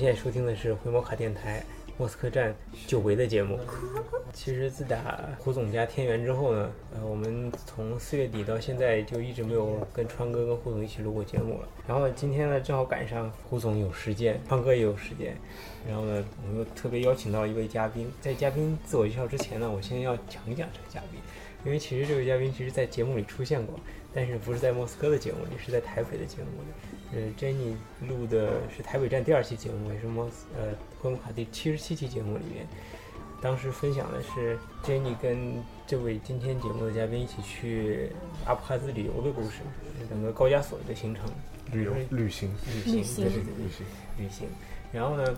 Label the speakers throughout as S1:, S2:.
S1: 在收听的是回摩卡电台莫斯科站久违的节目。 其实自打胡总家天元之后呢，呃，我们从四月底到现在就一直没有跟川哥跟胡总一起录过节目了。然后今天呢，正好赶上胡总有时间，川哥也有时间，然后呢，我们又特别邀请到一位嘉宾。在嘉宾自我介绍之前呢，我先要讲一讲这个嘉宾，因为其实这位嘉宾其实在节目里出现过，但是不是在莫斯科的节目里，是在台北的节目里。呃，Jenny 录的是台北站第二期节目，也是莫斯呃昆卡第七十七期节目里面，当时分享的是 Jenny 跟这位今天节目的嘉宾一起去阿布哈兹旅游的故事，整个高加索的行程
S2: 旅游、旅行、
S1: 旅
S3: 旅
S1: 行，
S3: 行
S1: 对
S2: 旅
S1: 对
S2: 行
S1: 对、
S2: 旅行，
S1: 旅行。然后呢，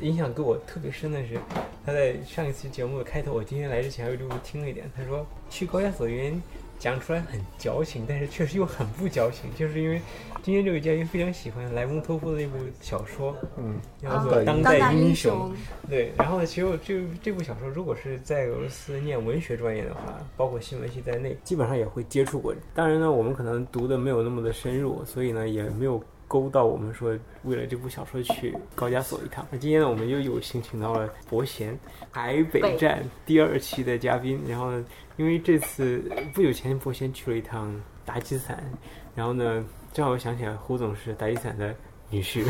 S1: 影响给我特别深的是，他在上一期节目的开头，我今天来之前还专门听了一点，他说去高加索的原因讲出来很矫情，但是确实又很不矫情，就是因为今天这个嘉宾非常喜欢莱蒙托夫的那部小说，
S2: 嗯，
S1: 叫做
S2: 啊
S1: 《当
S2: 当
S1: 代
S3: 代
S1: 英
S3: 英
S1: 雄》
S3: 雄，
S1: 对，然后呢，其实我这这部小说，如果是在俄罗斯念文学专业的话，包括新闻系在内，基本上也会接触过。当然呢，我们可能读的没有那么的深入，所以呢，也没有勾到我们说为了这部小说去高加索一趟。那今天呢，我们又有幸请到了伯贤，台北
S3: 北
S1: 站第二期的嘉宾。然后呢，因为这次不久前伯贤去了一趟达吉斯坦，然后呢，正好想起来胡总是达吉斯坦的女婿。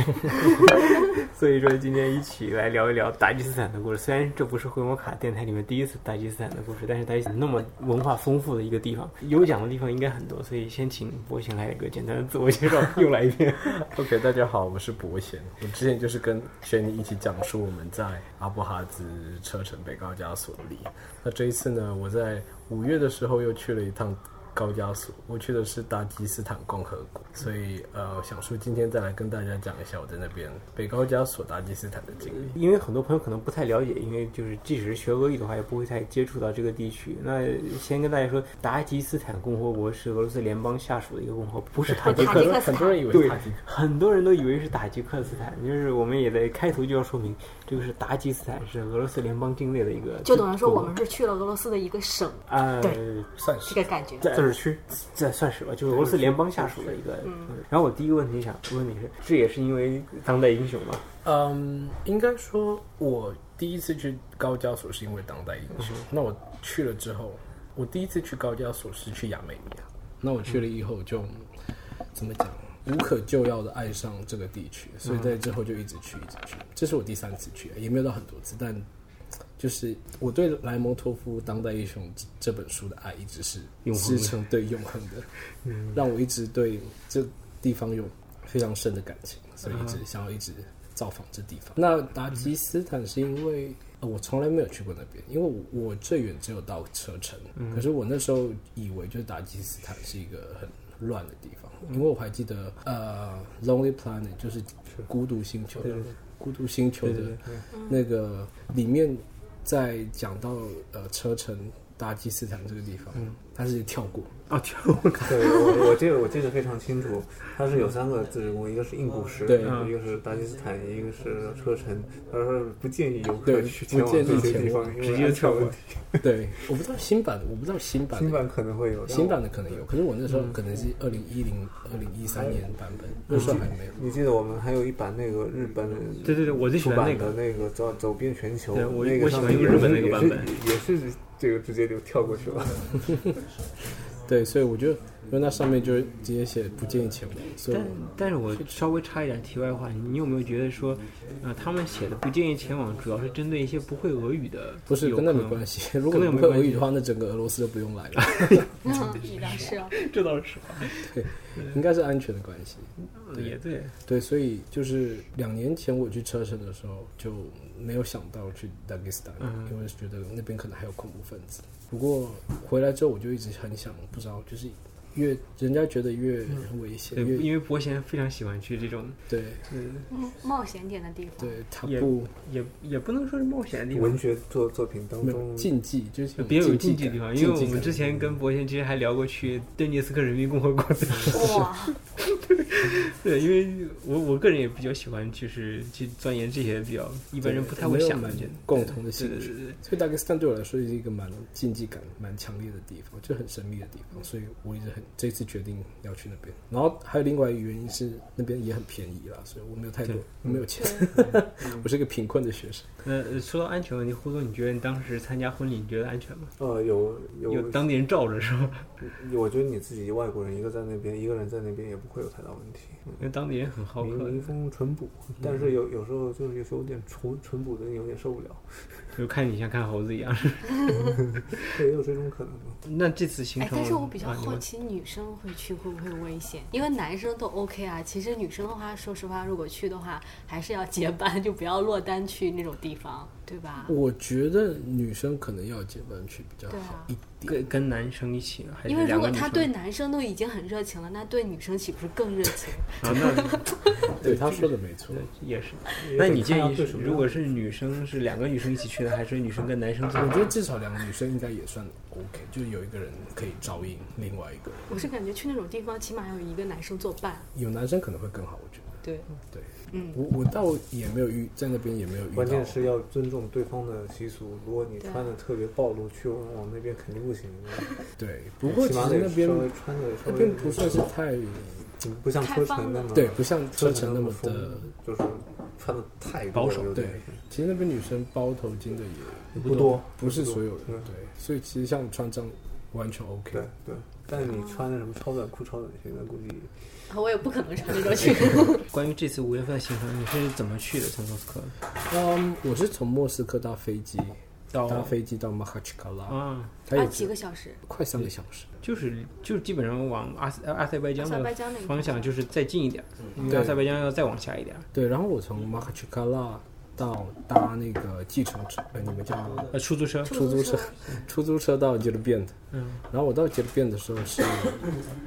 S1: 所以说今天一起来聊一聊达吉斯坦的故事。虽然这不是回摩卡电台里面第一次达吉斯坦的故事，但是达吉斯坦那么文化丰富的一个地方，有讲的地方应该很多。所以先请博行来一个简单的自我介绍，又来一遍。
S2: OK，大家好，我是伯贤。我之前就是跟轩尼一起讲述我们在阿布哈兹车程北高加索里。那这一次呢，我在五月的时候又去了一趟高加索，我去的是达吉斯坦共和国。所以呃，想说今天再来跟大家讲一下我在那边北高加索、达吉斯坦的经历。
S1: 因为很多朋友可能不太了解，因为就是即使是学俄语的话，也不会太接触到这个地区。那先跟大家说，达吉斯坦共和国是俄罗斯联邦下属的一个共和国， 不是塔吉
S3: 不是塔
S1: 克
S3: 吉
S1: 斯
S3: 克
S1: 坦。
S2: 很多人以为
S1: 对
S2: 塔吉克，
S1: 很多人都以为是塔吉克斯坦，就是我们也在开头就要说明，这个是达吉斯坦，是俄罗斯联邦境内的一个。
S3: 就等于说我们是去了俄罗斯的一个省，
S1: 啊，
S3: 对
S2: 算
S3: 这
S2: 是
S3: 个感觉。
S1: 在自治区，这算是吧，就是俄罗斯联邦下属的一个。
S3: 嗯
S1: 嗯然后我第一个问题想问你是，这也是因为当代英雄嘛？
S2: 嗯，应该说，我第一次去高加索是因为当代英
S1: 嗯
S2: 雄。那我去了之后，我第一次去高加索是去亚美尼亚。那我去
S1: 嗯
S2: 了以后就，怎么讲，无可救药的爱上这个地区，所以
S1: 嗯
S2: 在之后就一直去，一直去。这是我第三次去，也没有到很多次，但就是我对莱蒙托夫《当代英雄》这这本书的爱一直是
S1: 永恒的
S2: 支撑对永恒的，让我一直对这地方有非常深的感情，所以一直想要一直造访这地方。那达吉斯坦是因为。呃我从来没有去过那边，因为我我最远只有到车城，可是我那时候以为就是达吉斯坦是一个很乱的地方，因为我还记得呃，《Lonely Planet》就是孤独星球，孤独星球的那个里面在讲到呃车臣达吉斯坦这个地方，它是跳过，
S1: 啊，跳过。
S4: 对我，我这个我记得非常清楚，它是有三个自治宫，一个是硬古什，
S2: 对
S1: 嗯
S4: 一个是达吉斯坦，一个是车臣。他说不建议游客
S2: 对
S4: 去
S2: 不
S4: 前往
S2: 建议
S4: 这些
S2: 前
S4: 地
S2: 往
S4: 方，因为
S1: 直接
S4: 安全
S1: 跳过
S4: 问题。
S2: 对，我不知道新版的，我不知道新版
S4: 新
S2: 的。
S4: 版嗯可能会有，但
S2: 新版
S4: 我。
S2: 的可能有，可是我那时候可能是二零一零、二零一三年版本，
S4: 嗯
S2: 那时候还没有。
S4: 你记得我们还有一版那个日本
S1: 对对对我最喜
S4: 出
S1: 欢
S4: 版
S1: 那个
S4: 的那个走走遍全球，
S1: 对我
S4: 那个
S1: 我喜
S4: 上
S1: 欢
S4: 面
S1: 用日本那个
S4: 也
S1: 版
S4: 是
S1: 本
S4: 也是这个直接就跳过去了。
S2: 对，所以我就因为那上面就直接写不建议前往，所以
S1: 但
S2: 我
S1: 但是我稍微插一点题外话，你有没有觉得说，呃，他们写的不建议前往，主要是针对一些不会俄语的？
S2: 不是跟那没关
S1: 系，
S2: 系。如果
S1: 跟那
S2: 不
S1: 没
S2: 会
S1: 关
S2: 俄
S1: 系
S2: 语的话，那整个俄罗斯都不用来 了，
S3: 嗯，是啊，
S1: 这倒是，
S2: 应该是安全的关系。
S1: 嗯也对。
S2: 对，所以就是两年前我去车臣的时候，就没有想到去 Dagestan，、因
S4: 嗯
S2: 为觉得那边可能还有恐怖分子。不过回来之后，我就一直很想，不知道，就是越人家觉得越
S4: 嗯
S2: 危险，
S1: 对，
S2: 越
S1: 因为伯贤非常喜欢去这种，呃
S2: 对
S3: 嗯冒险点的地方。
S2: 对，他
S1: 也
S2: 不
S1: 也也不能说是冒险的地方
S4: 文，学作作品当
S2: 没有
S4: 中，
S2: 禁忌，就是
S1: 别有禁忌
S2: 忌
S1: 的地
S2: 感
S1: 方。因为我
S2: 禁
S1: 们
S2: 忌感嗯
S1: 之前跟伯贤其实还聊过去顿涅茨克人民共和国 的
S3: 哇，
S1: 对，因为我我个人也比较喜欢，就是去钻研这些比较一般人不太会想的
S2: 没有蛮
S1: 觉得
S2: 共同的
S1: 对
S2: 兴
S1: 对
S2: 趣。
S1: 对对。
S2: 所以 Dagestan 对我来说是一个蛮禁忌感蛮强烈的地方，就很神秘的地方，所以我一直很很这次决定要去那边。然后还有另外一个原因是那边也很便宜啦，所以我没有太多
S1: 对
S2: 我没有钱，我是一个贫困的学生。
S1: 呃，说到安全问题，胡总，你觉得你当时参加婚礼，你觉得安全吗？
S4: 呃，有有
S1: 有当地人罩着是吧？
S4: 我觉得你自己外国人一个在那边，一个人在那边也不会有太大问题。嗯
S1: 因为当地人很好
S4: 民
S1: 客，
S4: 民风淳朴，但是有有时候就是有时候有点淳淳朴的有点受不了，
S1: 就看你像看猴子一样。
S4: 对，也有这种可能。
S1: 那这次行
S3: 哎，
S1: 程，
S3: 但是我比较
S1: 啊你
S3: 好
S1: 问
S3: 奇，女生会去会不会危险？因为男生都 OK 啊。其实女生的话，说实话，如果去的话，还是要结伴，就不要落单去那种地方，对吧？
S2: 我觉得女生可能要结伴去比较
S3: 对
S2: 好
S3: 啊
S2: 一点。
S1: 跟跟男生一起呢，还是
S3: 因为如
S1: 两
S3: 果
S1: 个女
S3: 他
S1: 生？
S3: 对男生都已经很热情了，那对女生岂不是更热情？
S1: 啊，那
S2: 对，他说的没错
S1: 那。也是。
S4: 也
S1: 那
S4: 得
S1: 你
S4: 看
S1: 建
S4: 要
S1: 议
S4: 对
S1: 是，
S4: 什么
S1: 如
S4: 样
S1: 果是女生是两个女生一起去呢，还是女生跟男生组
S2: 我觉
S1: 合？
S2: 得至少两个女生应该也算 OK，就有一个人可以照应另外一个人。
S3: 我是感觉去那种地方，起码要有一个男生作伴。
S2: 有男生可能会更好，我觉得。
S3: 对，
S2: 对，
S3: 嗯，
S2: 我我倒也没有遇在那边也没有遇到。
S4: 关键是要尊重对方的习俗，如果你
S3: 对啊
S4: 穿的特别暴露去往往那边肯定不行。
S2: 对，不过
S4: 起
S2: 其
S4: 码
S2: 实
S4: 得
S2: 那边
S4: 稍微穿的稍
S2: 那
S4: 微
S2: 边不算是太
S4: 不像
S3: 太
S4: 车
S3: 放
S4: 臣那
S3: 了
S4: 么
S2: 对，不像车
S4: 车
S2: 臣
S4: 臣
S2: 那么
S4: 疯
S2: 的。，
S4: 就是穿的太
S1: 保
S4: 多了
S1: 守
S4: 有
S2: 对
S4: 点，
S2: 其实那边女生包头巾的也
S4: 不多，
S2: 不是所有人，
S4: 嗯
S2: 对，所以其实像穿这样完全 OK
S4: 对。对。但你穿的什么超短裤、超短裙的，估计
S3: 我也不可能穿那种去。
S1: 关于这次五月份的行程，你是怎么去的？从莫斯科
S2: 嗯，我是从莫斯科搭飞机，
S1: 到
S2: 搭飞机到马哈奇卡拉，
S1: 啊，
S2: 它
S3: 啊，
S2: 有
S3: 几个小时？
S2: 快三个小时。
S1: 就是就基本上往阿塞阿塞拜疆
S3: 阿塞拜
S1: 的
S3: 疆那个
S1: 方向，就是再近一点，因为
S2: 对
S1: 阿塞拜疆要再往下一点。
S2: 对，然后我从马哈奇卡拉到搭那个计程车，呃，你们叫
S1: 呃，出租车，
S2: 出租车，出租车到杰伦变的。
S1: 嗯，
S2: 然后我到杰伦变的时候是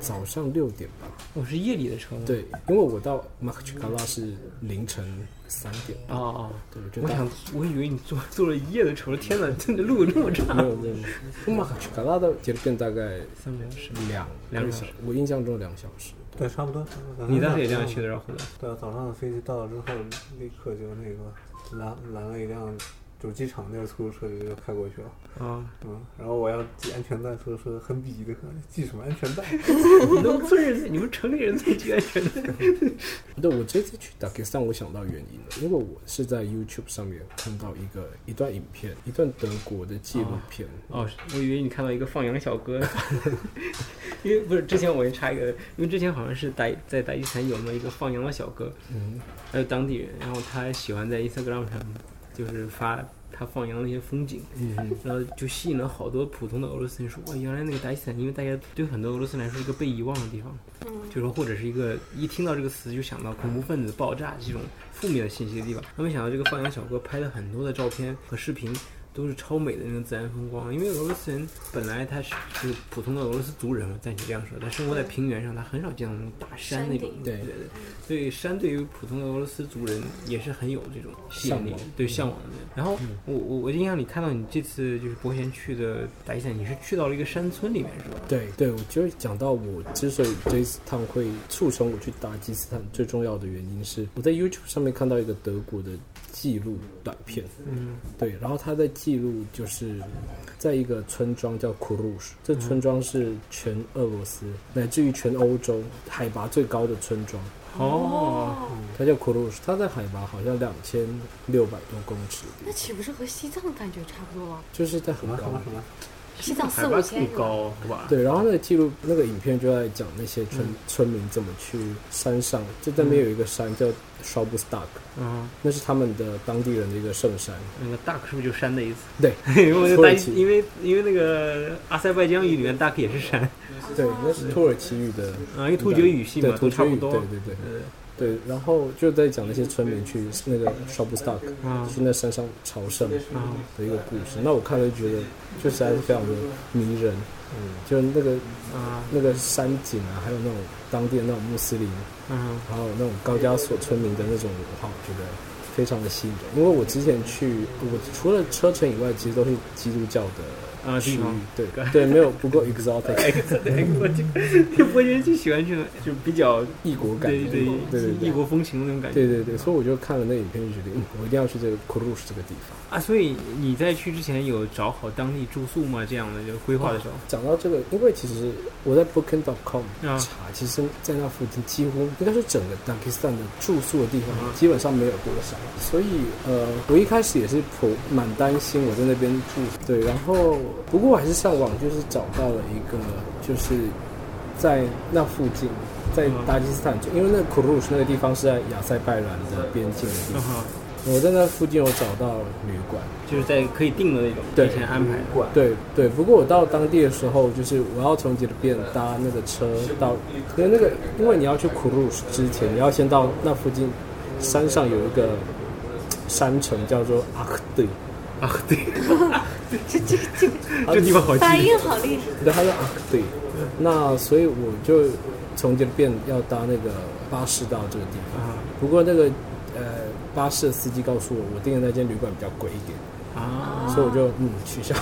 S2: 早上六点吧，
S1: 我是夜里的车吗？
S2: 对，因为我到马卡奇卡拉是凌晨三点，
S1: 哦。哦
S2: 对，我就
S1: 我
S2: 搭
S1: 想，我以为你坐坐了一夜的车，我说天哪，真的路有这么
S2: 没
S1: 差？
S2: 有没有，因为马卡奇卡拉到杰伦变大概
S1: 三个小时。
S2: 两
S1: 两
S2: 个
S1: 个小时，
S2: 我印象中两小时。
S4: 对差不多。
S1: 你当时也这样
S4: 去
S1: 去的，然后呢？
S4: 对啊，早上的飞机到了之后，立刻就那个拦拦了一辆，就机场那个出租车就就开过去了。
S1: 啊，
S4: 嗯，然后我要系安全带，出租车很鄙夷的看，系什么安全带？
S1: 农村人，哦你们城里人才居然觉得
S2: 对，我这次去达克萨，我想到原因了，因为我是在 YouTube 上面看到一个一段影片，一段德国的纪录片，
S1: 哦，我以为你看到一个放羊小哥， 因为不是之前我也插一个，因为之前好像是达在达伊斯坦有那么一个放羊的小哥，
S2: 嗯，
S1: 还有当地人，然后他喜欢在 Instagram 上就是发他放羊的一些风景，
S2: 嗯，
S1: 然后就吸引了好多普通的俄罗斯人说，哇，原来那个达伊斯坦，因为大家对很多俄罗斯人来说是一个被遗忘的地方，
S3: 嗯，
S1: 就说或者是一个一听到这个词就想到恐怖分子、爆炸这种负面的信息的地方。他们想到这个放羊小哥拍的很多的照片和视频都是超美的那种自然风光，因为俄罗斯人本来他是是普通的俄罗斯族人嘛，暂且这样说，他生活在平原上，他很少见到那种大山那种
S3: 山顶，
S2: 对
S1: 对对。所以山对于普通的俄罗斯族人也是很有这种吸引力
S2: 向往，嗯
S1: 对向往的。然后我我我印象里看到你这次就是伯贤去的达伊斯坦，你是去到了一个山村里面是吧？
S2: 对对，我就讲到我之所以这一趟会促成我去达吉斯坦，最重要的原因是我在 YouTube 上面看到一个德国的记录短片，
S1: 嗯，
S2: 对，然后他在记录就是在一个村庄叫 Kurush，这村庄是全俄罗斯乃至于全欧洲海拔最高的村庄，
S1: 哦，
S2: 它叫 Kurush，它在海拔好像两千六百多公尺
S3: 那岂不是和西藏感觉差不多了？
S2: 就是在
S4: 什
S2: 很
S4: 么什
S2: 高
S4: 么。什么？
S3: 西藏
S1: 海
S3: 四
S1: 拔
S3: 五千
S1: 更高，好吧？
S2: 对，然后那个记录那个影片就在讲那些村、
S1: 嗯
S2: 村民怎么去山上，就那边有一个山叫 s h a b u s t a k
S1: 嗯，
S2: 那是他们的当地人的一个圣山。
S1: 那个 duck 是不是就山的意思？
S2: 对
S1: 因为
S2: 土
S1: 大
S2: 耳
S1: 家
S2: 其
S1: 因为因为那个阿塞拜疆语里面 duck 也是山
S2: 对，那是土耳其语的，
S1: 啊，因为突厥语系
S2: 对
S1: 嘛，
S2: 突
S1: 都差不
S2: 厥语，对
S1: 多。
S2: 对对
S1: 呃，
S2: 对。然后就在讲那些村民去那个 s h a b u s t a k
S1: 啊
S2: 去那山上朝圣
S1: 啊，
S2: 的一个故事。那我看了就觉得，就实在是非常的迷人，
S4: 嗯，
S2: 就那个
S1: 啊，
S2: 那个山景啊，还有那种当地的那种穆斯林
S1: 嗯，
S2: 还有那种高加索村民的那种文化，我觉得非常的吸引人。因为我之前去，我除了车臣以外，其实都是基督教的
S1: 啊地方。
S2: 对对，没有不够 exotic
S1: X 的 X，我这这波人就 喜欢这种，就比较
S2: 异国感
S1: 对
S2: 觉，
S1: 对
S2: 对对
S1: 异国风情的那种感觉。
S2: 对对对，所以我就看了那影片，就觉得嗯，我一定要去这个 k u r u s 这个地方。
S1: 啊，所以你在去之前有找好当地住宿吗？这样的就规划的时候，
S2: 讲到这个，因为其实我在 Booking.com
S1: 啊
S2: 查，其实在那附近几乎应该是整个 d a k i s t a n 的住宿的地
S1: 嗯
S2: 方基本上没有多少，所以呃，我一开始也是颇蛮担心我在那边住，对，然后不过我还是上网就是找到了一个就是在那附近。在
S1: 嗯
S2: 达吉斯坦，因为那 k u r u s 那个地方是在亚塞拜然的边境的地
S1: 嗯
S2: 方，
S1: 哼，
S2: 我在那附近有找到旅馆，
S1: 就是在可以定的那种，
S2: 对
S1: 提前安排的。
S4: 管
S2: 对对，不过我到当地的时候，就是我要从杰变搭那个车到，因为那个因为你要去库鲁斯之前，你要先到那附近山上有一个山城叫做阿克对，
S1: 啊，对，
S3: 这这这
S2: 啊
S1: 这地方好
S3: 反
S1: 近。啊
S3: 应好厉害，
S2: 对，它叫阿克对。那所以我就从杰变要搭那个巴士到这个地方，
S1: 啊
S2: 不过那个呃巴士的司机告诉我，我订的那间旅馆比较贵一点，
S1: 啊，
S2: 所以我就嗯取消。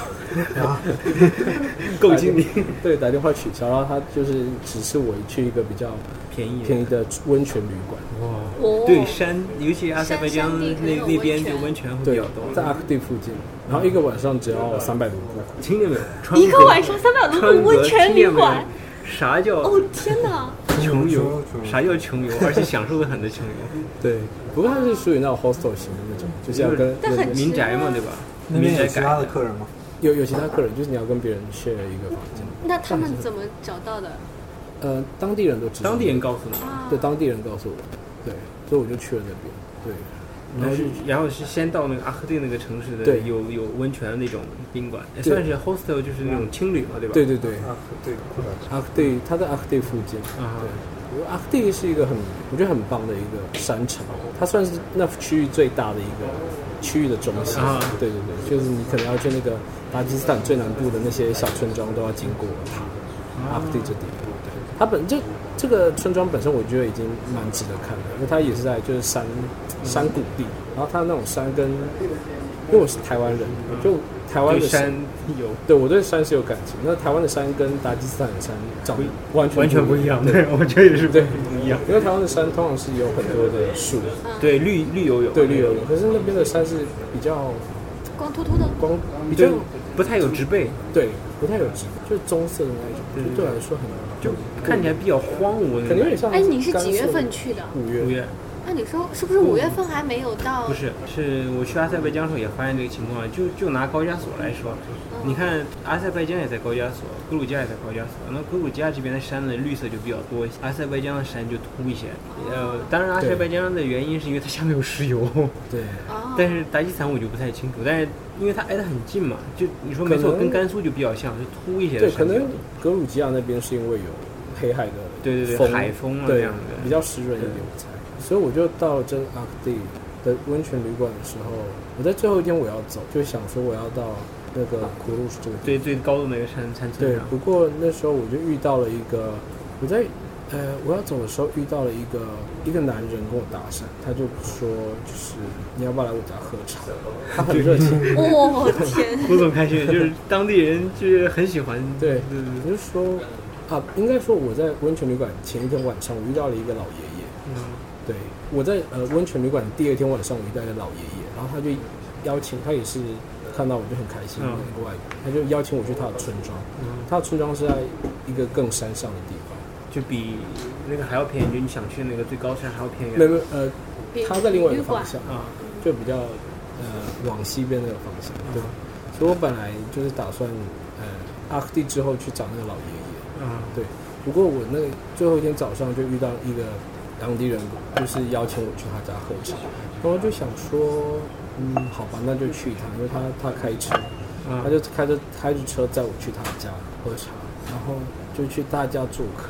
S1: 够近你，
S2: 对，打电话取消，然后他就是指示我去一个比较
S1: 便宜
S2: 便宜的温泉旅馆。
S1: 哇
S3: 哦
S1: 对山，尤其阿塞拜疆
S3: 山地可
S1: 那
S3: 能有
S1: 那边
S3: 温
S1: 就
S3: 泉
S1: 温泉会比
S2: 对
S1: 较多，。
S2: 在阿克蒂附近，然后一个晚上只要三百卢布，
S1: 听见没有？川
S3: 一个
S1: 哥
S3: 晚上三百多
S1: 川
S3: 个
S1: 哥
S3: 温泉
S1: 听见
S3: 旅
S1: 没有
S3: 馆，
S1: 啥叫
S3: 哦天哪！
S1: 穷游
S4: 哦穷？游
S1: 啥叫穷游？而且享受的很的穷 游，
S2: 对，不过它是属于那种 hostel 型的那种，就是要跟
S3: 但很
S1: 民宅嘛，对吧？
S4: 那边
S1: 民
S4: 有
S1: 宅
S4: 其
S1: 改
S4: 他的客人吗？
S2: 有有其他客人，就是你要跟别人 share 一个房间，
S3: 那他们怎么找到的？
S2: 呃，当地人都知道，
S1: 当地人告诉你，
S3: 啊
S2: 对当地人告诉我，对，所以我就去了那边，对，然
S1: 但
S2: 后就是
S1: 然后是先到那个阿克定那个城市的
S2: 嗯对
S1: 有有温泉的那种宾馆，也
S2: 对
S1: 算是 hostel，就是那种青旅嘛，对吧？
S2: 对对对，
S4: 啊，对，
S2: 阿克蒂，它在阿克蒂附近，
S1: 啊，
S2: 对，阿克蒂是一个很我觉得很棒的一个山城，它算是那区域最大的一个区域的中心。
S1: 啊
S2: 对对对，就是你可能要去那个巴基斯坦最南部的那些小村庄，都要经过
S1: 啊
S2: 它，阿克蒂这地方。对，它本这这个村庄本身，我觉得已经蛮值得看的，因为它也是在就是山山谷地，然后它那种山跟，因为我是台湾人，就台湾
S1: 对
S2: 的
S1: 山有
S2: 对我对山是有感情，那台湾的山跟达基斯坦的山长得完全
S1: 完全不一样，对，我觉得也是完全不一样。
S2: 因为台湾的山通常是有很多的树，
S1: 对，绿绿油油，
S2: 对绿油油，可是那边的山是比较
S3: 光秃秃的，
S2: 光，比较
S1: 就不太有植被，
S2: 对不太有植，就是棕色的那一种，就对我来说很
S1: 就看起来比较荒芜那
S2: 可能有
S1: 种
S2: 点。像。
S3: 哎，你是几月份？去的？
S2: 五
S1: 五
S2: 月。
S1: 月
S3: 那你说是不是五月份还没有到？
S1: 不，是，是我去阿塞拜疆的时候也发现这个情况，就就拿高加索来说，你看阿塞拜疆也在高加索，格鲁吉亚也在高加索，那格鲁吉亚这边的山的绿色就比较多，阿塞拜疆的山就秃一些。呃，当然阿塞拜疆的原因是因为它下面有石油，
S2: 对，
S3: 哦，
S1: 但是达吉斯坦我就不太清楚，但是因为它挨得很近嘛，就你说没
S2: 可
S1: 错，
S2: 能
S1: 跟甘肃就比较像，就秃一些的
S2: 对，可
S1: 山比较
S2: 能
S1: 多。
S2: 格鲁吉亚那边是因为有黑海的
S1: 对对对
S2: 风
S1: 海风啊
S2: 对
S1: 这样的
S2: 比较湿润一点，我猜。所以我就到这个阿克蒂的温泉旅馆的时候，我在最后一天我要走，就想说我要到那个库鲁什这个地方。
S1: 最最高的那个山山村
S2: 对
S1: 上，，
S2: 不过那时候我就遇到了一个，我在呃我要走的时候遇到了一个一个男人跟我搭讪，他就说就是你要不要来我家喝茶？他很热情，
S3: 我天，
S1: 胡总开心，就是当地人就是很喜欢。
S2: 对
S1: 对对
S2: 我就说啊，应该说我在温泉旅馆前一天晚上我遇到了一个老爷爷，
S1: 嗯
S2: 对我在呃温泉旅馆第二天晚上我遇到一个老爷爷，然后他就邀请他也是看到我就很开心的
S1: 嗯
S2: 一个外国人，他就邀请我去他的村庄，
S1: 嗯。
S2: 他的村庄是在一个更山上的地方。
S1: 就比那个还要偏远，就你想去那个最高山还要偏
S2: 没
S1: 远。
S2: 没呃，
S3: 比
S2: 他在另外一
S3: 旅
S2: 个方
S3: 馆
S2: 向，
S1: 啊，
S2: 就比较呃往西边那个方向。对，所以我本来就是打算呃阿克蒂之后去找那个老爷爷，
S1: 啊，
S2: 对。不过我那个最后一天早上就遇到一个当地人，就是邀请我去他家喝茶，然后我就想说，嗯，好吧，那就去一趟，因为他他开车，
S1: 啊
S2: 他就开着开着车载我去他家喝茶，然后就去他家做客。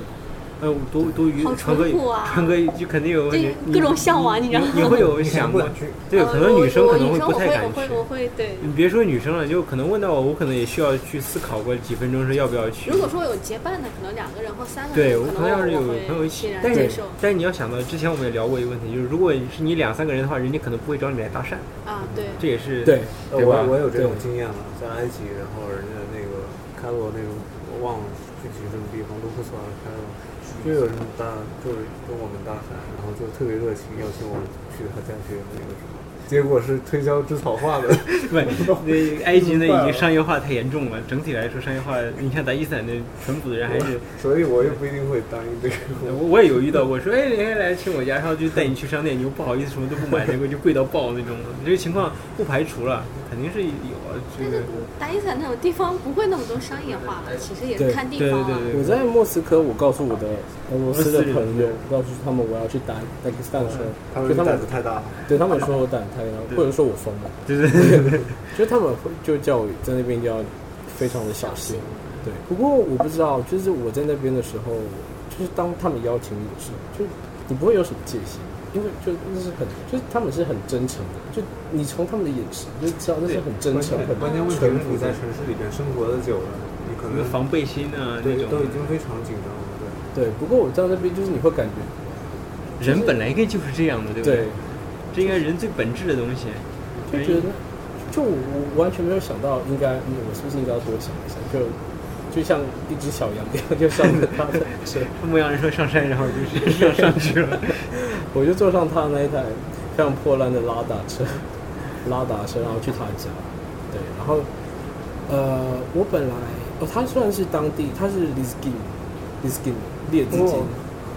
S1: 哎，我多多余，
S3: 好
S1: 川哥
S3: 淳朴啊，
S1: 川哥就肯定有
S3: 这
S1: 你
S3: 各种向往
S1: 你
S3: 你知道吗
S1: 你会有想
S4: 不
S1: 过
S4: 敢去，
S1: 对，可能
S3: 呃
S1: 女生
S3: 我
S1: 可能
S3: 我女生
S1: 不太
S3: 我
S1: 敢
S3: 会，我
S1: 去
S3: 会，。我会对。
S1: 你别说女生了，就可能问到我，我可能也需要去思考过几分钟是要不要去
S3: 如。果说有结伴的，可能两个人或三个
S1: 对，
S3: 人，
S1: 我
S3: 可
S1: 可能
S3: 能
S1: 要是有
S3: 我会
S1: 朋友一
S3: 欣
S1: 起
S3: 然，
S1: 但
S3: 接
S1: 是
S3: 受
S1: 但是你要想到，之前我们也聊过一个问题，就是如果是你两三个人的话，人家可能不会找你来搭讪，
S3: 啊，对，
S1: 这也是
S2: 对，
S4: 呃
S1: 对吧
S4: 我我有这种
S2: 对
S4: 经验了，在埃及，然后人家那个开罗那种，我忘了具体什么地方，卢克索尔开罗，就有这么大，就是跟我们大喊，然后就特别热情邀请我去他家去那个什么，结果是推销吃草画的，
S1: 对，那埃及那已经商业化太严重了。整体来说，商业化，你看咱伊斯坦的淳朴的人还是，
S4: 所以我也不一定会答应这个。
S1: 我我也有遇到过，说哎，人家来亲我家，然后就带你去商店，你又不好意思什么都不买，结果就贵到爆那种。这个情况不排除了，肯定是有啊。这
S3: 但
S1: 个
S3: 是达伊斯坦那种地方不会那么多商业化吧？其实也
S2: 对
S3: 是看地
S1: 对
S3: 方啊。
S1: 对对
S2: 我在莫斯科，我告诉我的俄罗斯的
S1: 俄罗斯人
S2: 朋友，我告诉他们我要去打达克斯坦的时
S4: 他
S2: 候，就
S4: 们
S2: 他
S4: 胆
S2: 们
S4: 子太大了，
S2: 对他们说我胆太大，或者说我疯了，
S1: 对对对，
S2: 就是他们会就叫我在那边就要非常的小心。对，不过我不知道，就是我在那边的时候，就是当他们邀请你的时候，就你不会有什么戒心，因为就那是很，就是他们是很真诚的，就你从他们的眼神就知道那是很真诚的。
S4: 关键问题是你在城市里边生活的久了，你可
S1: 什么
S4: 能
S1: 防备心啊
S4: 对
S1: 那种
S4: 都已经非常紧张了，对。
S2: 对，不过我到那边就是你会感觉，
S1: 人本来应该就是这样的，对不
S2: 对，
S1: 这应该人最本质的东西。
S2: 就觉得，就我我完全没有想到，应该嗯我是不是应该要多想一下？就就像一只小羊一样，就上着 他的车，
S1: 牧羊人说上山，然后就是 上上去了。
S2: 我就坐上他那一台非常破烂的拉达车，拉达车，然后去他家，对，然后呃，我本来哦，他算是当地，他是 Liskin Liskin 列兹金
S4: 哦，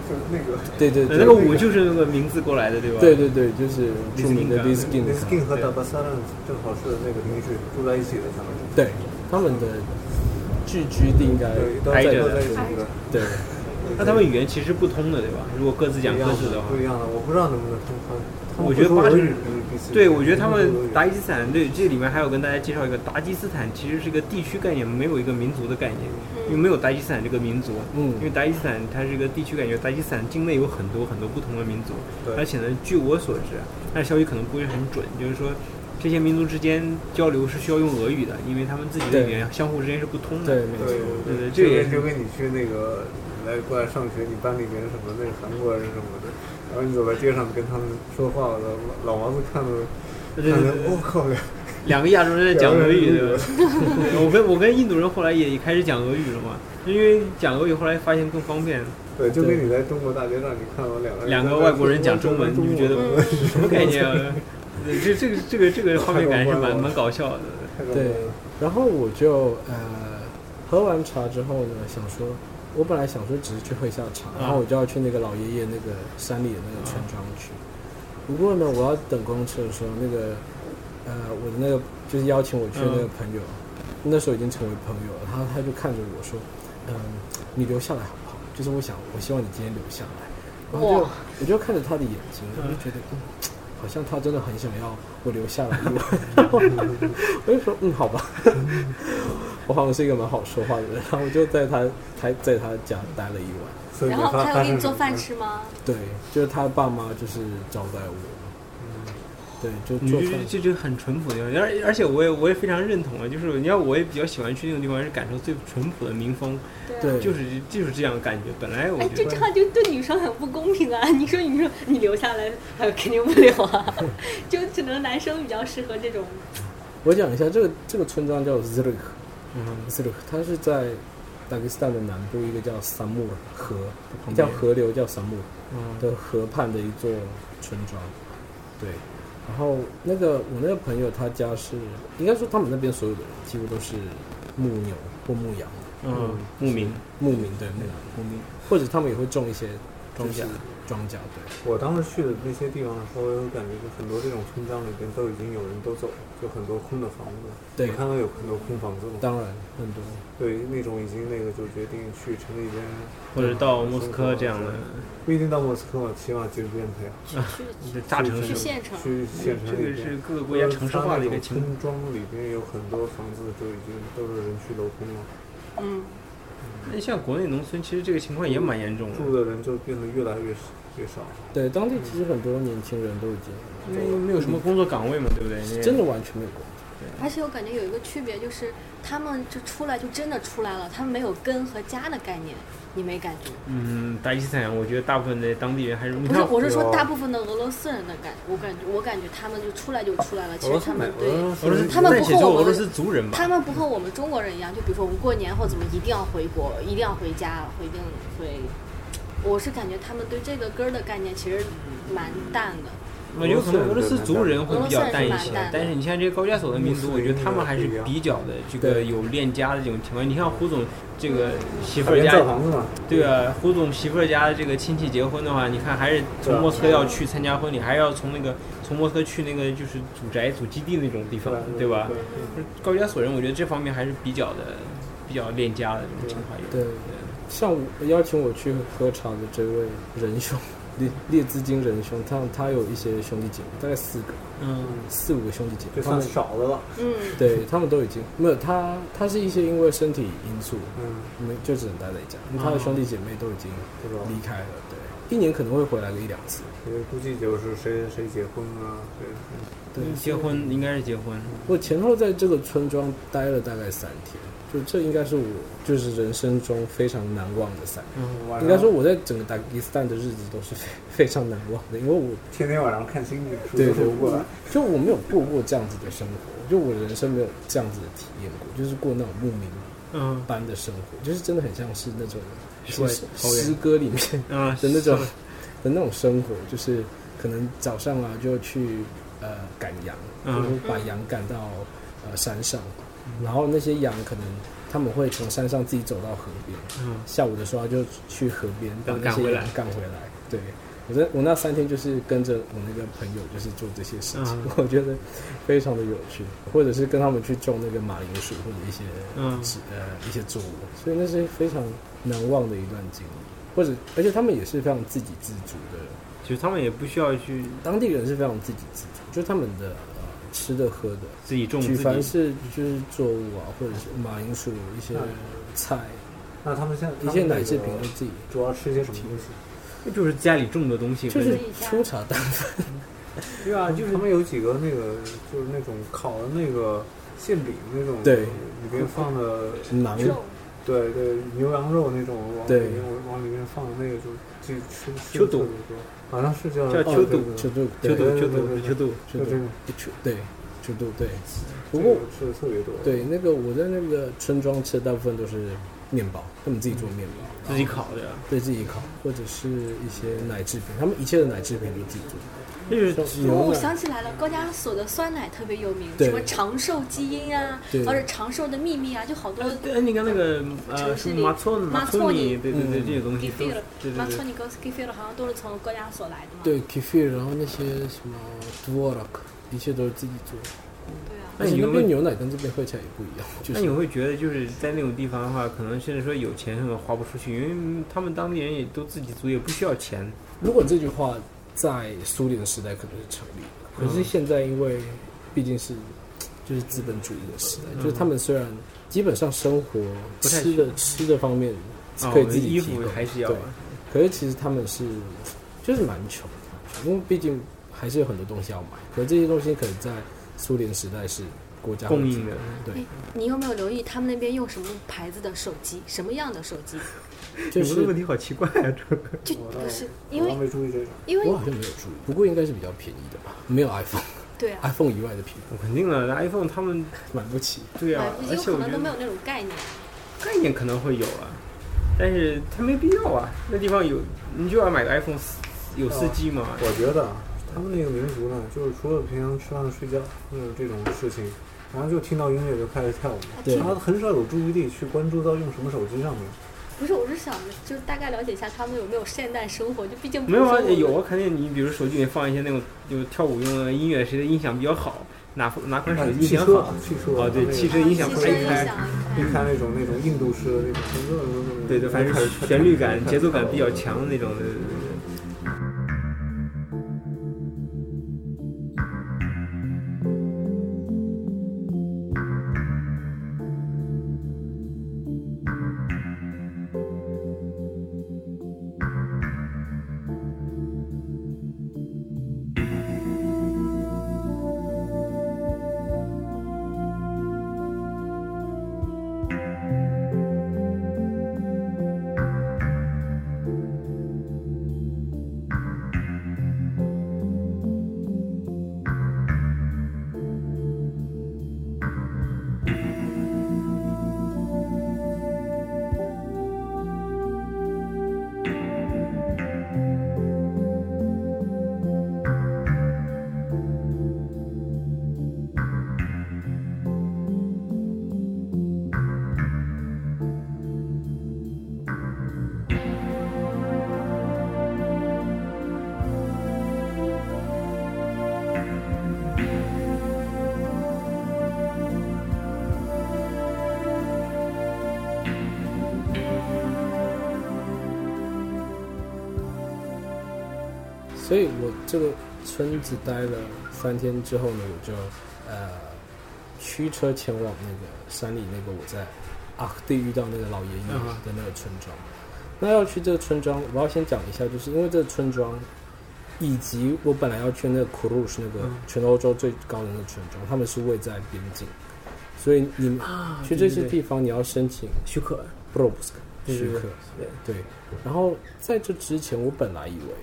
S4: 就是那个
S2: 对对对，
S1: 那个舞就是那个名字过来的，对吧？
S2: 对对对，就是著名的啊 Liskin，
S4: 那 skin 和 d a b a s a r a 正好是那个邻居住在一起的，他们
S2: 对，他们的聚居地应该
S4: 对，都
S1: 挨
S4: 在
S1: 着
S4: 都
S1: 的
S4: 在一起的。
S2: 对。
S1: 那他们语言其实不通的，对吧？如果各自讲各自的话
S4: 不，一样的，我不知道能不能通关。他们
S1: 我觉得
S4: 不说
S1: 八
S4: 俄
S1: 成
S4: 语就是彼此
S1: 对我觉得他们达
S4: 俄
S1: 吉
S4: 语
S1: 斯坦对这里面还要跟大家介绍一个达吉斯坦其实是一个地区概念，没有一个民族的概念，因
S3: 嗯
S1: 为没有达吉斯坦这个民族。啊
S2: 嗯
S1: 因为达吉斯坦它是一个地区概念，达吉斯坦境内有很多很多不同的民族，
S4: 对
S1: 而且呢，据我所知，啊但是消息可能不是很准，就是说。这些民族之间交流是需要用俄语的，因为他们自己的语言相互之间是不通的。
S2: 对没
S4: 对
S1: 对对这
S4: 这
S1: 个也是
S4: 个就跟你去那个来过来上学，你班里面什么那个韩国人什么的，然后你走在街上跟他们说话了，老王子看了
S1: 对
S4: 看
S1: 对对
S4: 了，
S1: 对
S4: 我靠，
S1: 两个亚洲人在讲俄语，对吧
S4: 两个人？
S1: 对 我跟我跟印度人后来也开始讲俄语了嘛，因为讲俄语后来发现更方便。
S4: 对，就跟你在中国大街上你看到两个人
S1: 两个外国人讲中文，你就觉得
S4: 中
S3: 文
S1: 什么概念 啊？对这这个这个这个画面感是蛮蛮搞笑的。
S4: 太搞笑
S2: 对
S4: 了
S2: 然后我就呃喝完茶之后呢，想说，我本来想说只是去喝一下茶，然后我就要去那个老爷爷那个山里的那个村庄去。不过呢，我要等公车的时候，那个呃我的那个就是邀请我去的那个朋友，那时候已经成为朋友了，他他就看着我说，嗯、你留下来好不好？就是我想，我希望你今天留下来。然后就
S3: 哇
S2: 我就看着他的眼睛，我就觉得，嗯，好像他真的很想要我留下来一晚。 我就说，嗯，好吧。我好像是一个蛮好说话的人，然后我就在他他在他家待了一晚。
S4: 所以
S3: 然
S4: 没
S3: 后
S4: 法
S3: 他有给你做饭。吃吗？
S2: 对，就是他爸妈就是招待我，对，就
S1: 你
S2: 做
S1: 这
S2: 饭。
S1: 这这很淳朴的地方，而而且我也我也非常认同啊，就是你看我也比较喜欢去那种地方，是感受最淳朴的民风，
S3: 对啊。
S2: 对，
S1: 就是就是这样的感觉。本来我
S3: 哎，
S1: 觉
S3: 这
S1: 得
S3: 这样就对女生很不公平啊！ 你说你说你留下来，呃，肯定不留啊， 就只能男生比较适合这种。
S2: 我讲一下这个这个村庄叫 Zruk，嗯，Zruk，它是在达克斯坦的南部一个叫萨木尔河，一条河流叫萨木尔。
S1: 嗯
S2: 的河畔的一座村庄，对。然后那个我那个朋友他家是，应该说他们那边所有的人几乎都是牧牛或牧羊、
S1: 嗯，牧民
S2: 牧民对牧民，
S1: 牧民
S2: 或者他们也会种一些
S1: 庄
S2: 就是
S1: 稼，
S2: 庄稼对。
S4: 我当时去的那些地方的时候，我有感觉，就很多这种村庄里边都已经有人都走了，就很多空的房子。
S2: 对
S4: 你看到有很多空房子吗？
S2: 当然很多，
S4: 对，那种已经那个就决定去城里边，
S1: 或者到莫斯科这样的
S4: 不一定到莫斯科嘛，起码接触变培
S3: 去
S1: 啊就大城
S3: 去去
S1: 市，
S3: 县城，
S4: 去县城
S1: 这
S4: 里
S1: 个
S4: 边。
S1: 是各个国家城市化的一个情况。
S4: 村庄里边有很多房子都已经都是人去楼空了，
S3: 嗯，
S1: 那像国内农村，其实这个情况也蛮严重的。
S4: 住的人就变得越来越少越少。
S2: 对当地其实很多年轻人都已经
S1: 因为没有什么工作岗位嘛，对不对？
S2: 真
S1: 的，
S2: 的完全没有工作，
S3: 而且我感觉有一个区别就是，他们就出来就真的出来了，他们没有根和家的概念，你没感觉？
S1: 嗯，达吉斯坦，我觉得大部分的当地人还是你
S3: 不是，
S1: 看，
S3: 我是说
S4: 有
S3: 大部分的俄罗斯人的感觉，我感觉我感觉他们就出来就出来了，其
S4: 俄
S3: 实
S4: 罗斯
S3: 他
S4: 没，
S3: 们
S4: 俄
S3: 对
S4: 罗。斯
S1: 俄罗斯
S4: 没
S3: 他们
S1: 但
S3: 不
S1: 且
S3: 和
S1: 就
S3: 我
S1: 俄罗
S3: 们
S1: 斯族人吧，
S3: 他们不和我们中国人一样，就比如说我们过年或怎么一定要回国，一定要回家，回定回。我是感觉他们对这个根儿的概念其实蛮淡的。
S1: 我有可能俄罗斯族人会比较淡一
S3: 俄罗斯人是
S1: 些
S3: 蛮淡的，
S1: 但是你像这些高加索的民族，我觉得他们还是比较的这个有恋家的这种情况。你像胡总这个媳妇儿
S4: 海边
S1: 家
S4: 造，房子嘛，
S1: 对啊，胡总媳妇儿家的这个亲戚结婚的话，你看还是从莫斯科要去参加婚礼，还要从那个从莫斯科去那个就是祖宅、祖基地那种地方，对吧？高加索人，我觉得这方面还是比较的比较恋家的这种情怀有。
S2: 对，像我邀请我去喝茶的这位仁兄， 列列兹金仁兄，他他有一些兄弟姐妹，大概四个、
S1: 嗯，
S2: 四五个兄弟姐
S4: 就
S2: 妹，他
S4: 算
S2: 们
S4: 少的了。
S3: 嗯，
S2: 对他们都已经没有他，他是一些因为身体因素，
S4: 嗯，
S2: 没就只能待在家，因为他的兄弟姐妹都已经
S4: 不知道，
S2: 离开了，对，一年可能会回来个一两次，
S4: 因为估计就是谁谁结婚啊，谁
S2: 对，
S4: 嗯
S1: 结婚应该是结婚，
S2: 我前后在这个村庄待了大概三天，就这应该是我就是人生中非常难忘的三天。
S1: 嗯，
S4: 晚
S2: 应该
S4: 上
S2: 说我在整个达吉斯坦的日子都是非非常难忘的，因为我
S4: 天天晚上看星星，数
S2: 对
S4: 都
S2: 对
S4: 数不过来。
S2: 就我没有过过这样子的生活，就我人生没有这样子的体验过，就是过那种牧民
S1: 嗯，
S2: 般的生活，就是真的很像是那种
S1: 是吧
S2: 诗
S1: 草原
S2: 诗歌里面
S1: 啊
S2: 的那种的那种生活，就是可能早上啊就去呃赶羊，
S1: 嗯
S2: 就是把羊赶到呃山上，然后那些羊可能他们会从山上自己走到河边，
S1: 嗯，
S2: 下午的时候就去河边把
S1: 赶
S2: 那些
S1: 回来
S2: 羊赶回来。对我在我那三天就是跟着我那个朋友就是做这些事情，
S1: 嗯
S2: 我觉得非常的有趣，或者是跟他们去种那个马铃薯或者一些
S1: 嗯
S2: 植呃一些作物，所以那是非常难忘的一段经历。或者，而且他们也是非常自给自足的，
S1: 其实他们也不需要去
S2: 当地人是非常自给自足，就他们的、呃、吃的喝的，
S1: 自己种
S2: 举
S1: 自
S2: 凡
S1: 己，
S2: 是就是作物啊，或者是马铃薯一些
S4: 嗯
S2: 菜，
S4: 那他们现在
S2: 一些奶制品都自己
S4: 主要吃些什么东西？
S1: 就是家里种的东西，
S2: 就
S3: 自
S2: 是
S3: 己家
S2: 粗茶淡
S4: 对啊，就是他们有几个那个，就是那种烤的那个馅饼那种，
S2: 对
S4: 里面放的，
S2: 饭，狼
S3: 肉
S4: 对对，牛羊肉那种往里
S2: 对
S4: 面往往里面放的那个就就吃吃
S1: 秋
S4: 的
S1: 肚
S4: 特别多，好像是叫哦
S1: 叫秋肚
S2: 就
S4: 就
S1: 秋
S2: 就哦对
S1: 肚秋肚秋肚，
S2: 就
S4: 这种，
S2: 就对就对对，不
S4: 这
S2: 过
S4: 个吃的特别多，
S2: 对那个我在那个村庄吃的大部分都是面包，他们自己做面包，
S1: 自己烤的，
S2: 对自己烤，或者是一些奶制品，他们一切的奶制品都自己做。
S1: 这就是
S2: 牛
S3: 哦，我
S2: 奶
S3: 想起来了，高加索的酸奶特别有名，
S2: 对
S3: 什么长寿基因啊，
S2: 对
S3: 或者长寿的秘密啊，就好多
S1: 呃，对，那个那个呃，什么马错马错尼，对对对，
S2: 嗯
S1: 这些东
S3: g
S1: 西都
S3: e f i
S1: 是
S3: r
S1: 对
S3: m a
S1: 对对
S3: t o，n i g o s g e f i r 好像都是从高加索来的嘛。
S2: 对 kefir，然后那些什么 dvorak，一切都是自己做。
S3: 对啊，
S1: 那
S2: 而
S1: 你
S2: 且那
S1: 会
S2: 边牛奶跟这边喝起来也不一样，就
S1: 那你
S2: 是
S1: 会觉得就是在那种地方的话，可能甚至说有钱什么花不出去，因为他们当地人也都自给自足，也不需要钱。
S2: 如果这句话在苏联时代可能是成立的，
S1: 嗯
S2: 可是现在因为毕竟是就是资本主义的时代，
S1: 嗯
S2: 就是他们虽然基本上生活
S1: 不太
S2: 吃的吃的方面是
S1: 啊，
S2: 可
S1: 我
S2: 以
S1: 们
S2: 自己
S1: 衣
S2: 提
S1: 服
S2: 供，
S1: 还是要
S2: 对，可是其实他们是就是蛮穷的，因为毕竟还是有很多东西要买，可是这些东西可能在苏联时代是国家
S1: 供应的。
S3: 你有没有留意他们那边用什么牌子的手机，什么样的手机？
S2: 就
S1: 你问的
S2: 是
S1: 问题好奇怪啊，这个
S3: 就
S4: 我倒
S3: 不是因
S4: 我倒
S3: 为
S4: 没注意这个，
S3: 因
S2: 我
S3: 为
S2: 好像没有注意，不过应该是比较便宜的吧，没有 iPhone，iPhone
S3: 对啊，
S2: 以外的品牌
S1: 肯定了，iPhone 他们
S2: 买不起。
S1: 对啊
S3: 买不，起
S1: 而
S3: 有
S1: 且
S3: 可
S1: 我
S3: 能
S1: 觉
S3: 都没
S1: 得
S3: 有那种概念。
S1: 概念可能会有啊，但是他没必要啊。那地方有，你就要买个 iPhone 四有四 G 嘛，
S4: 我觉得啊他们那个民族呢，就是除了平常吃饭睡觉就是这种事情，然后就听到音乐就开始跳舞，
S2: 对
S4: 他很少有注意力去关注到用什么手机上面。
S3: 不是，我是想着就是大概了解一下他们有没有现代生活，就毕竟不
S1: 没有啊，
S3: 是我们
S1: 有啊，肯定你比如手机里放一些那种有跳舞用的音乐，谁的音响比较好，哪哪款手机
S4: 呃汽
S1: 音响
S4: 车
S1: 好？，
S4: 汽车
S1: 哦对
S4: 那个
S1: 汽车
S3: 啊
S1: 音响
S3: 汽
S1: 不
S3: 车
S1: 是一
S3: 音
S1: 开
S3: 响
S4: 一
S3: 一开
S4: 看那种那种印度式的那种，
S1: 对对，反正旋律感、节奏感比较强的那种。对对对
S2: 所以我这个村子待了三天之后呢，我就呃驱车前往那个山里那个我在阿克地遇到那个老爷爷
S1: 嗯
S2: 的那个村庄。那要去这个村庄，我要先讲一下，就是因为这个村庄，以及我本来要去那个库鲁是那个
S1: 嗯
S2: 全欧洲最高的那个村庄，他们是位在边境，所以你们
S1: 啊
S2: 去这些地方你要申请
S1: 许可，
S2: 布罗布斯克
S1: 对对
S2: 许
S1: 对
S2: 可。
S1: 对，
S2: 对，然后在这之前，我本来以为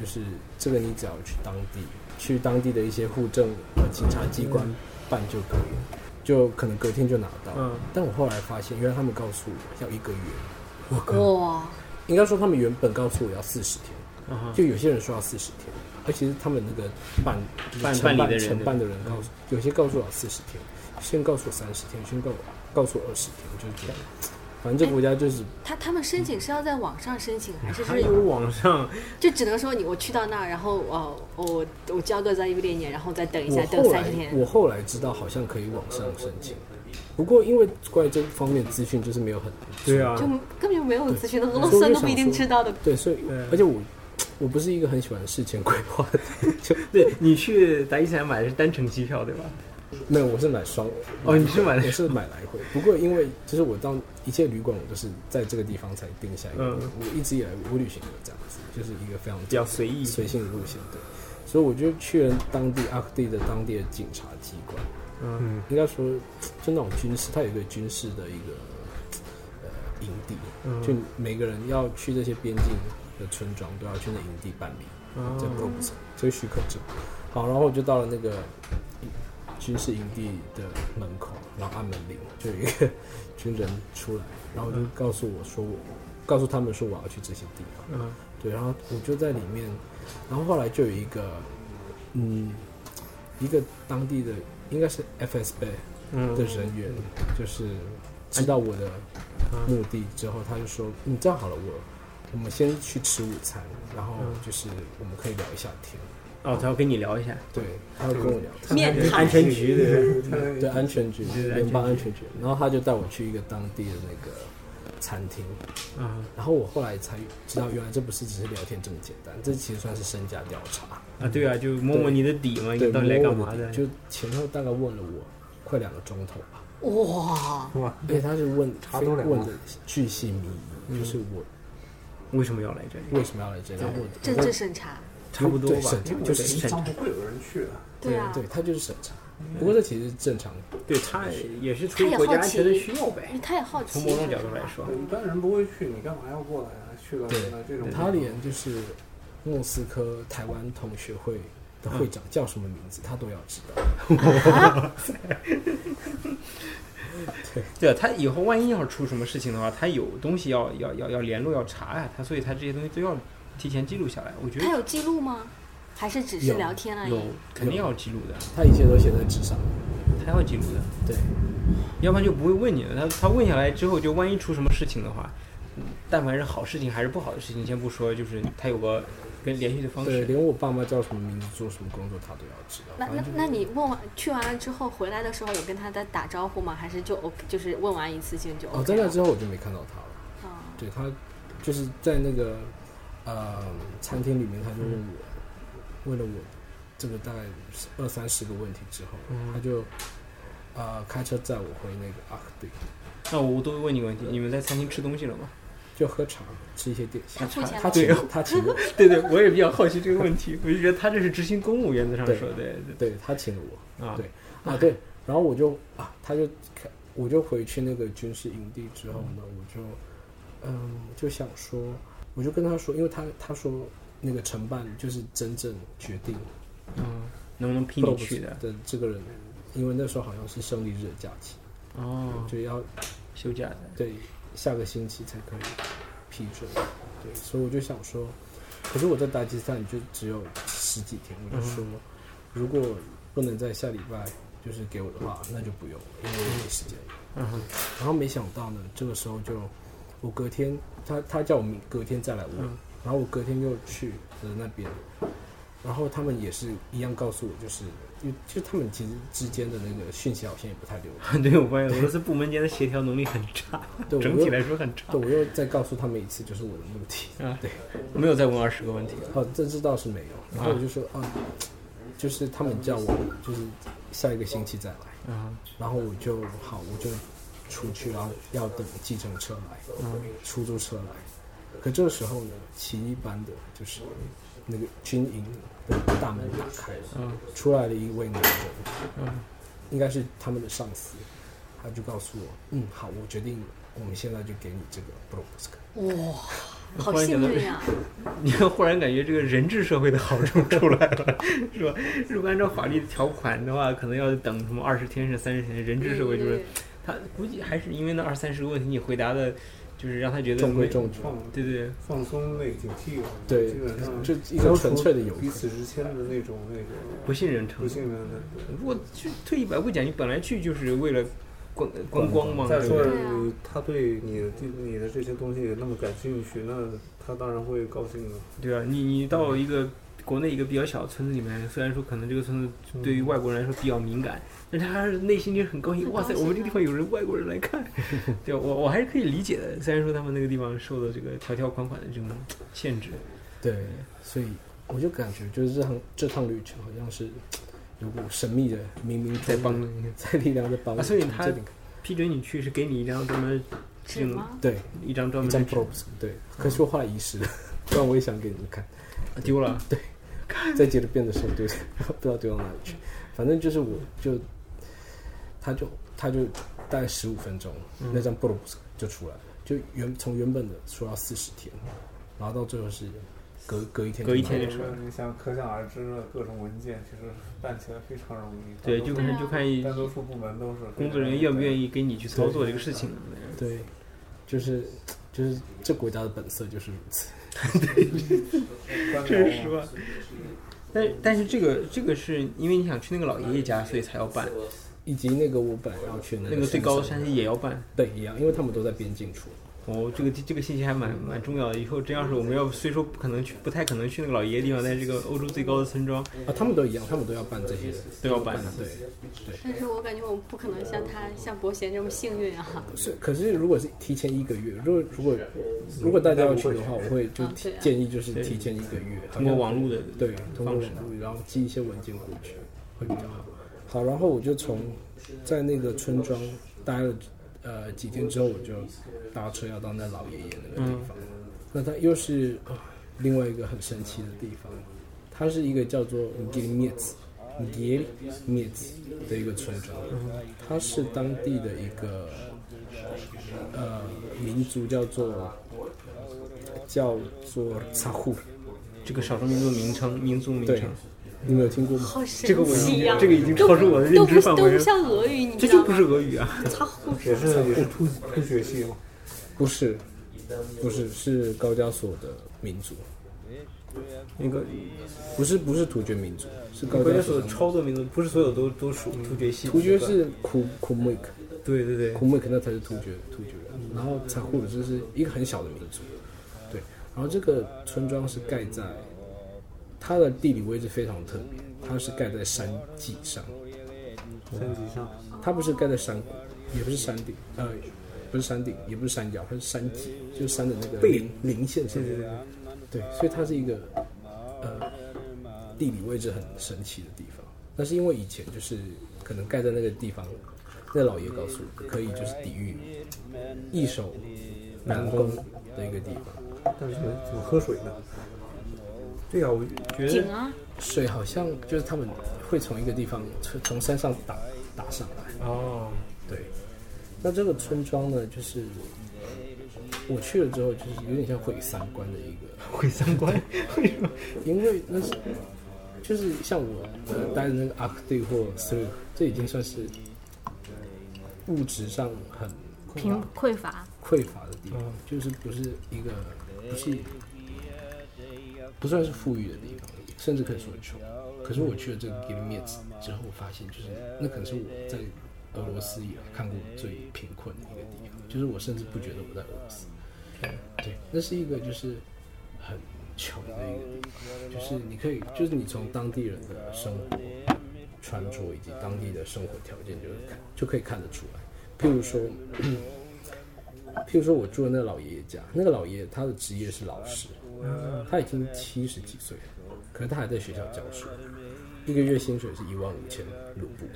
S2: 就是这个，你只要去当地，去当地的一些户政和警察机关办就可以了，就可能隔天就拿到。
S1: 嗯
S2: 但我后来发现，原来他们告诉我要一个月，我靠，
S3: 哇，
S2: 应该说他们原本告诉我要四十天，
S1: 嗯哼
S2: 就有些人说要四十天，而其实他们那个办
S1: 办
S2: 承
S1: 办理的嗯人
S2: 承办的人告诉，有些告诉我四十天，先告诉我三十天，先告告诉我二十天，我就觉得，反正这个国家就是
S3: 他他们申请是要在网上申请，还是
S1: 还
S3: 是
S1: 有网上
S3: 就只能说你我去到那儿，然后哦，我我交个在一个年，然后再等一下，
S2: 我
S3: 等
S2: 后
S3: 三
S2: 来
S3: 十天。
S2: 我后来知道好像可以网上申请，不过因为关于这方面资讯就是没有很
S1: 对啊
S3: 就根本就没有咨询的，俄罗
S2: 所以我
S3: 斯
S2: 就
S3: 都不一定
S2: 想说
S3: 知道的。
S2: 对，所以
S1: 对啊
S2: 而且我我不是一个很喜欢事前规划的，就
S1: 对你去达伊斯坦买的是单程机票对吧？
S2: 没有我是买双
S1: 哦你是买
S2: 我是买来回，不过因为就是我到一切旅馆我都是在这个地方才定下一个，
S1: 嗯
S2: 我一直以来我旅行都这样子，就是一个非常
S1: 比较随意，
S2: 随性的路线，对，所以我就去了当地阿克地的当地的警察机关。
S1: 嗯，
S2: 应该说，就那种军事，它有一个军事的一个呃营地，
S1: 嗯
S2: 就每个人要去这些边境的村庄，都要去那营地办理，
S1: 哦
S2: 在布鲁斯这个许可证。好，然后我就到了那个军事营地的门口，然后按门铃，就有一个 军人出来，然后就告诉我说我，告诉他们说我要去这些地方，
S1: 嗯
S2: 对，然后我就在里面，然后后来就有一个，嗯，一个当地的应该是 FSB
S1: 嗯
S2: 的人员，就是知道我的目的之后，他就说：“你这样好了，我我们先去吃午餐，然后
S1: 嗯
S2: 就是我们可以聊一下天。
S1: 哦，他要跟你聊一下，”
S2: 对，他要跟我聊天
S3: 面谈
S1: 安全局对吧？
S2: 对安全局
S1: 对安全局
S2: 联邦安全局，然后他就带我去一个当地的那个餐厅，
S1: 啊
S2: 然后我后来才知道，原来这不是只是聊天这么简单，这其实算是身家调查。
S1: 啊，对啊，就摸摸你的底嘛，
S2: 对，
S1: 你到底来干
S2: 摸
S1: 嘛
S2: 我
S1: 的？
S2: 底就前后大概问了我快两个钟头吧。
S3: 哇，
S4: 哇，
S1: 嗯
S2: 而且他是问
S4: 查多了吗
S2: 问的巨细靡遗，就是我
S1: 为什么要来这里？
S2: 为什么要来这里？我
S3: 政治审查，
S1: 差不多
S2: 对
S1: 吧
S2: 审查，就是审查，
S4: 不会有人去的。
S3: 对啊，
S2: 对他就是审查。不过这其实是正常，
S1: 对他也嗯是出于国家安全的需要呗
S3: 因。为他也好奇
S1: 从。某种角度来说，
S4: 一般人不会去，你干嘛要过来啊？去了那这种
S2: 他连就是莫斯科台湾同学会的会长叫什么名字，他都要知道。
S1: 对啊，他以后万一要是出什么事情的话，他有东西要要要要联络要查呀、他所以他这些东西都要提前记录下来。我觉
S3: 他
S1: 得
S3: 有记录吗？还是只是
S2: 有
S3: 聊天而已
S1: 有？肯定要记录的，
S2: 他一切都写在纸上。
S1: 他要记录的，
S2: 对，
S1: 要不然就不会问你了。他他问下来之后，就万一出什么事情的话，嗯但凡是好事情还是不好的事情，先不说，就是他有个跟联系的方
S2: 对，
S1: 式。
S2: 连我爸妈叫什么名字，做什么工作，他都要知
S3: 那
S2: 道。
S3: 那那你问完去完了之后回来的时候有跟他在打招呼吗？还是就 OK，就是问完一次性就 OK？
S2: 哦，在那之后我就没看到他了。
S3: 哦
S2: 对他就是在那个呃餐厅里面，他就问我，问了我这个大概是二三十个问题之后，他就呃开车载我回那个阿克队，
S1: 那我都问你个问题，你们在餐厅吃东西了吗？
S2: 就喝茶吃一些点心
S3: 他。付钱
S2: 他
S3: 了，
S2: 请
S1: 对
S2: 我他 请我，
S1: 对对，我也比较好奇这个问题，我就觉得他这是执行公务原则上
S2: 对
S1: 说的，对
S2: 对他请了我
S1: 啊，
S2: 对啊对，然后我就啊他就开我就回去那个军事营地之后呢，我就嗯就想说，我就跟他说，因为他他说那个承办就是真正决定
S1: 嗯，能不能批
S2: 布
S1: 你
S2: 鲁
S1: 去
S2: 斯
S1: 的？
S2: 的这个人，因为那时候好像是胜利日的假期，
S1: 哦，
S2: 就要
S1: 休假的，
S2: 对下个星期才可以批准。对，所以我就想说，可是我在达吉斯坦就只有十几天，我就说，如果不能在下礼拜就是给我的话，那就不用了，因为我没时间。
S1: 嗯哼，
S2: 然后没想到呢，这个时候就我隔天，他他叫我明隔天再来问，然后我隔天又去了那边，然后他们也是一样告诉我，就是因为就他们其实之间的那个讯息好像也不太流通。
S1: 对我发现俄罗斯部门间的协调能力很差，
S2: 对，
S1: 整
S2: 我
S1: 体
S2: 又
S1: 来说很差
S2: 对，我又再告诉他们一次，就是我的目的。
S1: 啊。
S2: 对，
S1: 没有再问二十个问题。
S2: 哦，这这倒是没有。然后我就说，啊，就是他们叫我，就是下一个星期再来。
S1: 啊，
S2: 然后我就好，我就出去，然后要等计程车来，出租车来。可这时候呢，奇一班的就是那个军营的大门打开了，
S1: 嗯
S2: 出来了一位男人，
S1: 嗯
S2: 应该是他们的上司，他就告诉我，嗯，好，我决定，我们现在就给你这个 b r o s k
S3: 哇、好
S1: 忽然觉
S3: 幸
S1: 得
S3: 运呀、
S1: 你忽然感觉这个人治社会的好处出来了， 是吧？如果按照法律条款的话，可能要等什么二十天甚至三十天。人治社会就是
S3: 对
S1: 他估计还是因为那二三十个问题你回答的，就是让他觉得
S2: 中规
S1: 没
S2: 中矩，
S4: 放
S1: 对对，
S4: 放松那警惕吧，
S2: 对
S4: 基本上，
S2: 就一个纯粹的游
S4: 彼
S2: 客。
S4: 此之间的那种那个
S1: 不信任程度。
S4: 不信任的。
S1: 如果去退一百步讲，你本来去就是为了观呃观光
S2: 嗯
S1: 嘛，
S4: 再
S1: 对不
S4: 说
S1: 对？
S3: 对啊
S4: 他对你的这你的这些东西那么感兴趣，那他当然会高兴的。
S1: 对啊，你你到一个国内一个比较小的村子里面，虽然说可能这个村子对于外国人来说比较敏感，但是他还是内心里很高兴，
S3: 很
S1: 哇塞，
S3: 高
S1: 我
S3: 兴
S1: 们这个地方有人外国人来看，对啊我我还是可以理解的。虽然说他们那个地方受到这个条条款款的这种限制，
S2: 对，所以我就感觉，就是这趟这趟旅程好像是有股神秘的冥冥
S1: 在
S2: 中
S1: 帮助你
S2: 在力量的帮
S1: 啊
S2: 助
S1: 所以
S2: 从
S1: 他
S2: 这里
S1: 批准你去是给你一张专门
S3: 纸吗？
S2: 对
S1: 一张专
S2: 一
S1: 门
S2: 张
S1: 的
S2: props 对，可是我后来 遗失了，不然我也想给你们看，
S1: 啊丢了，
S2: 再接着变得手丢， 不知道丢到哪里去，反正就是我就，他就他就大概十五分钟，
S1: 嗯
S2: 那张 props 就出来了，就原从原本的说要四十天，然后到最后是隔隔一天
S1: 隔一
S2: 就
S1: 天
S2: 买
S1: 就出来了。
S4: 你想，可想而知了，各种文件其实办起来非常容易。
S1: 对，就看就看一
S4: 大多数部门都是
S1: 工作人员愿不愿意给你去操作这个事情了。
S2: 对，就是就是这国家的本色就是如此。
S4: 官僚
S1: 这是实话。但但是这个这个是因为你想去那个老爷爷家，所以才要办，
S2: 以及那个我本来要去的
S1: 那个最高的山
S2: 上
S1: 西也要办。
S2: 对一样，因为他们都在边境处。
S1: 哦，这个这个信息还蛮蛮重要的。以后真要是我们要虽说不可能去，不太可能去那个老爷爷地方，但是这个欧洲最高的村庄
S2: 啊，他们都一样，他们都要办这些，
S1: 都要办。
S2: 对。
S3: 但是我感觉我不可能像他像伯贤这么幸运啊！
S2: 是，可是如果是提前一个月，如果如果如果大家要去的话，我会就
S3: 啊对
S2: 提
S3: 啊
S2: 建议就是提前一个月，
S1: 通过网络的
S2: 对，通过
S1: 方
S2: 网
S1: 式
S2: 络，然后寄一些文件过去会比较好。好，然后我就从在那个村庄待了呃几天之后，我就搭车要到那老爷爷那
S1: 嗯
S2: 个地方。那他又是、啊另外一个很神奇的地方，它是一个叫做 g i m i t 耶米兹的一个村庄，
S1: 嗯
S2: 它是当地的一个呃民族叫做叫做萨户，
S1: 这个少数民族的名称民族名
S2: 对
S1: 称，，
S2: 你们有听过吗？
S3: 好
S1: 这个
S3: 神
S1: 我已
S3: 奇
S1: 经
S3: 呀、
S1: 这个已经超出我的认
S3: 都
S1: 知
S3: 不
S1: 范
S3: 都
S1: 围
S3: 不
S1: 了。
S3: 像俄语，你
S1: 这
S3: 知道
S1: 就
S3: 吗？
S1: 不是俄语啊！
S3: 他护
S4: 也
S3: 士
S4: 是也是突突厥系嘛，
S2: 不是，不是，是高加索的民族，
S1: 那个
S2: 不是不是突厥民族，是高
S1: 关
S2: 加
S1: 键
S2: 索
S1: 是
S2: 的民族。
S1: 超多民族，不是所有都都属突厥系。
S2: 突厥是库库木克，
S1: 对对对
S2: 库，木克那才是突厥突厥
S1: 嗯
S2: 人，然后才库鲁就是一个很小的民族，对。然后这个村庄是盖在，它的地理位置非常特别，它是盖在山脊上，
S4: 山脊上。
S2: 它不是盖在山谷，也不是山顶，呃，不是山顶，也不是山腰，它是山脊，就是山的那个
S1: 背
S2: 零零线上。对对对，所以它是一个呃地理位置很神奇的地方。那是因为以前就是可能盖在那个地方，那老爷告诉我，可以就是抵御易守难攻的一个地方。
S4: 但是怎么怎么喝水呢？
S1: 对啊，我觉得
S3: 井啊，
S2: 水好像就是他们会从一个地方从从山上打打上来。
S1: 哦，
S2: 对，那这个村庄呢，就是我去了之后，就是有点像毁三观的一个，
S1: 毁三观，为什么？
S2: 因为那是就是像我呃待的那个阿克蒂或 s l 这已经算是物质上很
S3: 贫匮乏，
S2: 匮乏的地方，就是不是一个不是不算是富裕的地方，甚至可以说穷。可是我去了这个 g i l m i t 之后，我发现就是那可能是我在俄罗斯以来看过最贫困的一个地方，就是我甚至不觉得我在俄罗斯。对，那是一个就是很穷的一个地方，就是你可以，就是你从当地人的生活穿着以及当地的生活条件就看就可以看得出来。譬如说， 譬如说我住的那个老爷爷家，那个老爷爷他的职业是老师，他已经七十几岁了，可是他还在学校教书，一个月薪水是一万五千卢布，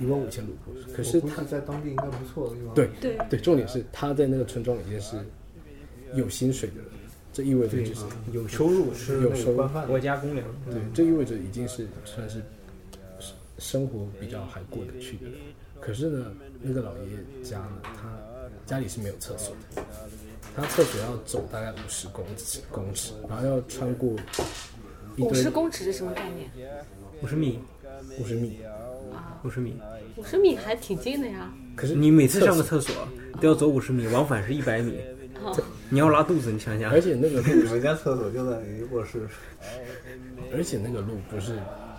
S2: 一万五千卢布。可是
S4: 我估
S2: 他
S4: 计在当地应该不错的地方。
S2: 对
S3: 对
S2: 对，重点是他在那个村庄里面是有薪水的人，这意味着就是
S1: 啊有收入是
S4: 吃
S2: 有
S4: 那
S2: 收
S4: 个
S2: 入
S4: 官饭，
S1: 国家公粮，
S2: 对，这意味着已经是算是生生活比较还过得去的了。可是呢，那个老爷爷家呢，他家里是没有厕所的，他厕所要走大概五十公尺公尺，然后要穿过一
S3: 五
S2: 堆
S3: 十公尺是什么概念？
S1: 五十米，
S2: 五十米，
S1: 五十米。
S3: 五十米还挺近的呀。
S2: 可是
S1: 你每次上个厕所都要走五十米，往返是一百米，你要拉肚子，你想想
S2: 而。且那个
S4: 你
S2: 路，
S4: 们家厕所就在你卧室，
S2: 而且那个路不是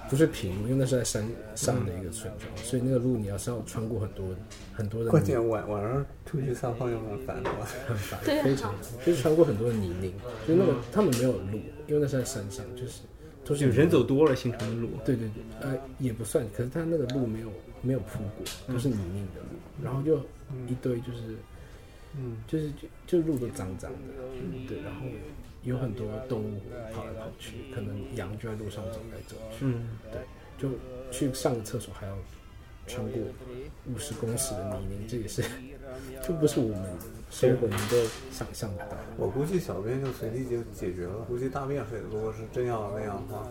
S2: 不是平路，因为那是在山上的一个村庄，所以那个路你要是要穿过很多很多
S1: 嗯
S2: 的
S4: 关
S2: 泥
S4: 键晚晚上出去散步又蛮烦的。
S2: 很烦，
S3: 对啊
S2: 非常烦就是穿过很多的泥泞，就是那个他们没有路，因为那是在山上，就是都是
S1: 就
S2: 泥
S1: 人走多了形成的路，
S2: 对对对，呃，也不算，可是他那个路没有没有铺过，都是泥泞的路，然后就一堆就是，嗯，就是就就路都脏脏的，嗯对，然后有很多动物跑来跑去，可能羊就在路上走来走去，
S1: 嗯，
S2: 对，就去上个厕所还要穿过五十公尺的泥泞，这也是就不是我们生活能够想象得到的。
S4: 我估计小便就随地就解决了，估计大便费如果是真要那样的话，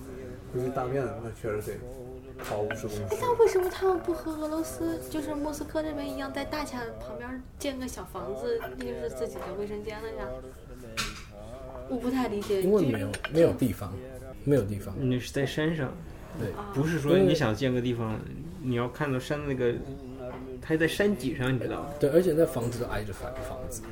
S4: 估计大便那确实得跑五十公尺。
S3: 哎那为什么他们不和俄罗斯，就是莫斯科这边一样，在大厦旁边建个小房子，那就是自己的卫生间了呀？我不太理解，
S2: 因为没有没有地方，没有地方，
S1: 你是在山上，
S2: 对，
S1: 不是说你想建个地方，你要看到山的那个，它在山脊上，你知道吗？
S2: 对，而且那房子都挨着房房子，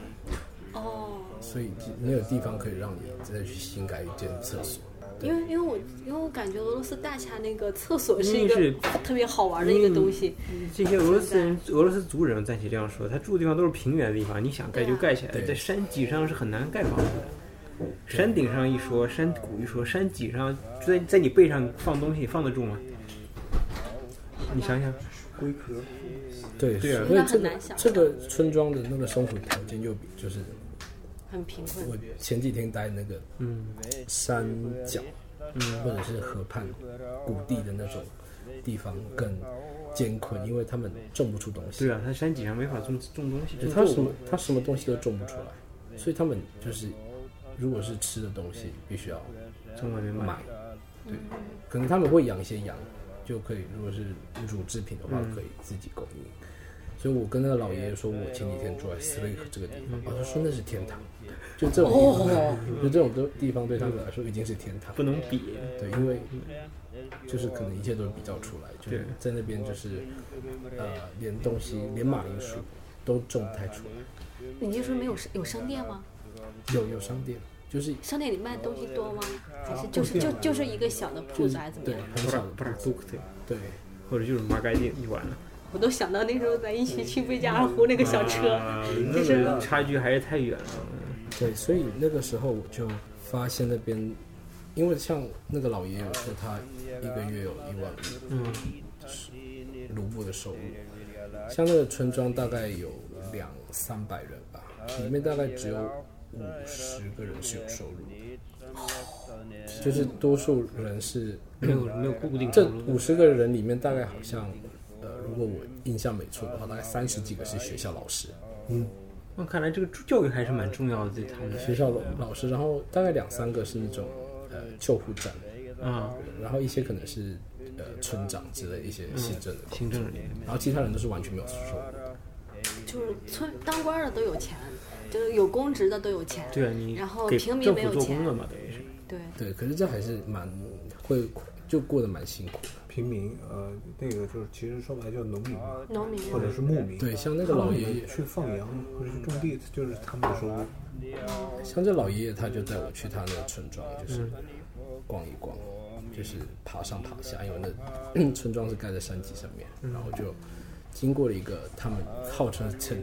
S3: 哦。
S2: 所以没有地方可以让你再去新盖一间厕所。
S3: 因为因为我因为我感觉俄罗斯大厦那个厕所是一
S1: 因为
S3: 个 特别好玩的一个
S2: 嗯
S3: 东西，
S1: 这些俄罗斯人、俄罗斯族人暂且这样说，他住的地方都是平原的地方，你想盖
S3: 啊
S1: 就盖起来，
S2: 对
S1: 在山脊上是很难盖房子的。山顶上一说，山谷一说，山脊上就在在你背上放东西放得住吗？你想想，
S4: 龟壳，
S2: 对
S1: 对啊
S2: 所以这
S3: 那很
S2: 个
S3: 难想
S2: 这个村庄的那个生活条件又比就是
S3: 很贫困。
S2: 我前几天待那个
S1: 嗯，
S2: 山脚，嗯，或者是河畔谷地的那种地方更艰困，因为他们种不出东西。
S1: 对啊，他山脊上没法种种东西，
S2: 就
S1: 种
S2: 他
S1: 作
S2: 什么
S1: 物。
S2: 他什么东西都种不出来，所以他们就是如果是吃的东西，必须要
S1: 从外面买
S2: 买。。对，可能他们会养一些羊，就可以如果是乳制品的话，
S1: 嗯
S2: 可以自己供应。所以我跟那个老爷爷说，我前几天住在斯瑞克这个地方，哦，他说那是天堂，就这种地方，就这种都地方对他们来说已经是天堂
S1: 哦不。能比，
S2: 对，因为就是可能一切都比较出来，就是
S1: 对
S2: 在那边就是呃，连东西连马铃薯都种不太出来，
S3: 你就说没有商有商店吗？
S2: 有有商店，就是
S3: 商店里卖的东西多吗？还是就是就就是一个小的
S2: 哦啊
S3: 铺
S2: 就
S3: 子
S2: 是
S3: 还是怎么
S2: 对
S3: 样？
S2: 很少
S1: 不是都可以，
S2: 对。
S1: 或者就是麻盖店就完了。
S3: 我都想到那时候咱一起去贝加尔湖那个小车，
S1: 啊，那个差距还是太远了。
S2: 对，所以那个时候我就发现那边，因为像那个老爷有说他一个月有一万
S1: 嗯，
S2: 卢布的收入，像那个村庄大概有两三百人吧，里面大概只有五十个人是有收入的，就是多数人是
S1: 没有没有固定
S2: 这
S1: 收入
S2: 五十个人里面大概好像，呃，如果我印象没错的话，大概三十几个是学校老师，
S1: 那看来这个教育还是蛮重要的，对他们
S2: 学校老老师，然后大概两三个是那种呃救护站。
S1: 啊，
S3: 嗯
S2: 然后一些可能是呃村长之类的一些行政的工作，
S1: 行政人员。
S2: 然后其他人都是完全没有收入的。
S3: 就是村当官的都有钱，就是有公职的都有钱。
S1: 对啊，你
S3: 然后
S1: 给
S3: 平民
S1: 政
S3: 没
S1: 府
S3: 有
S1: 做
S3: 钱
S1: 工。了嘛，等于是。
S3: 对，
S2: 对，可是这还是蛮会就过得蛮辛苦的。
S4: 平民，呃，那个就是其实说白了叫农民
S3: 农民
S4: 或者是牧民。
S2: 对，像那
S4: 那
S2: 个老爷爷，
S4: 去放羊或者是种地，就是他们的收入。
S2: 像这老爷爷他就带我去他那个村庄，就是逛一逛，就是爬上爬下，因为那村庄是盖在山脊上面，然后就经过了一个他们号称 tent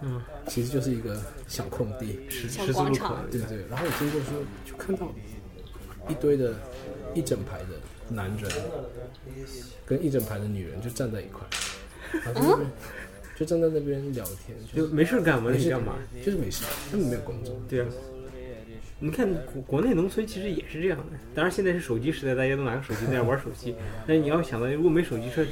S1: 嗯，
S2: 其实就是一个小空地，
S1: 十
S3: 小
S1: 十字
S3: 广
S1: 路口
S3: 场，
S2: 对对。然后我经过的时候，就看到一堆的、一整排的男人跟一整排的女人就站在一块，然后就那边、就站在那边聊天，
S1: 就
S2: 就
S1: 没事干，往
S2: 没
S1: 里
S2: 事
S1: 干嘛？？
S2: 就是没事，根本没有工作。
S1: 对啊。你看国国内农村其实也是这样的，当然现在是手机时代，大家都拿个手机在那玩手机。但是你要想到，如果没手机车，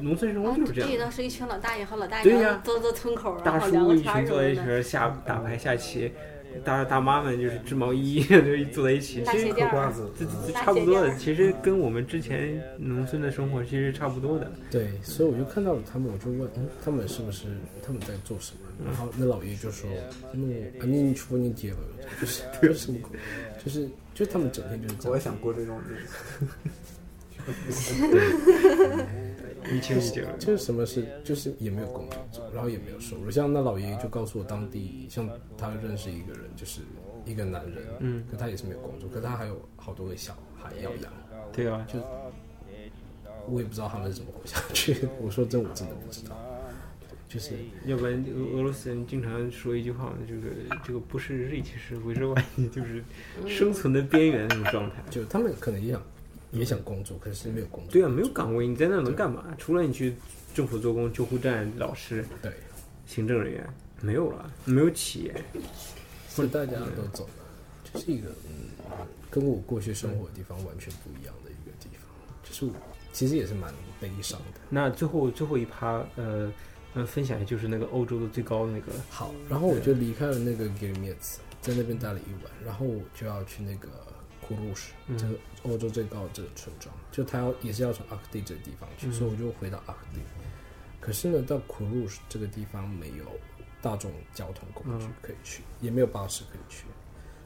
S1: 农村生活
S3: 然
S1: 就
S3: 后
S1: 是这样
S3: 哦地
S1: 的。
S3: 当时一群老大爷和老大
S1: 对
S3: 娘
S1: 呀
S3: 都都村口，然
S1: 大
S3: 后聊
S1: 叔
S3: 个
S1: 一
S3: 天儿
S1: 群
S3: 什
S1: 坐在一
S3: 么
S1: 起
S3: 的，
S1: 儿下打牌下棋，大大妈们就是织毛衣， 就是坐在一起，
S3: 大
S1: 其实
S3: 鞋垫
S4: 瓜
S3: 儿，啊
S4: 子，
S1: 这这这
S3: 大
S1: 差不
S3: 鞋
S1: 多
S3: 垫
S1: 的。
S3: 儿
S1: 其实跟我们之前农村的生活其实差不多的。
S2: 对，所以我就看到了他们，我就问，嗯，他们是不是他们在做什么？然后那老爷就说，嗯，啊，你去不你结了， 就是有什么，就是就他们整天就是这
S4: 我也
S2: 样。
S4: 想过这种日子。
S1: 疫情已经
S2: 就是什么事，就是也没有工作做，然后也没有收入。像那老爷爷就告诉我，当地像他认识一个人，就是一个男人，
S1: 嗯，
S2: 可他也是没有工作，可他还有好多个小孩要养，
S1: 对啊，
S2: 就我也不知道他们是怎么活下去的。我说真，我真的不知道，就是
S1: 要不然俄俄罗斯人经常说一句话，这个这个不是 rich 是 w i s h w i 就是生存的边缘那种状态。
S2: 就他们可能也想也想工作，可是没有工作。
S1: 对啊，没有岗位，你在那能干嘛？除了你去政府做工、救护站、老师、
S2: 对，
S1: 行政人员，没有了，没有企业。
S2: 所以大家都走了，就是一个嗯，跟我过去生活的地方完全不一样的一个地方，就是我其实也是蛮悲伤的。
S1: 那最后最后一趴，呃，呃，分享就是那个欧洲的最高那个，
S2: 好，然后我就离开了那个 g i r m i t s 在那边待了一晚，然后我就要去那个库鲁什，这个欧洲最高的这个村庄，就他要也是要从阿克蒂这个地方去，所以我就回到阿克蒂。可是呢，到库鲁什这个地方没有大众交通工具可以去，也没有巴士可以去，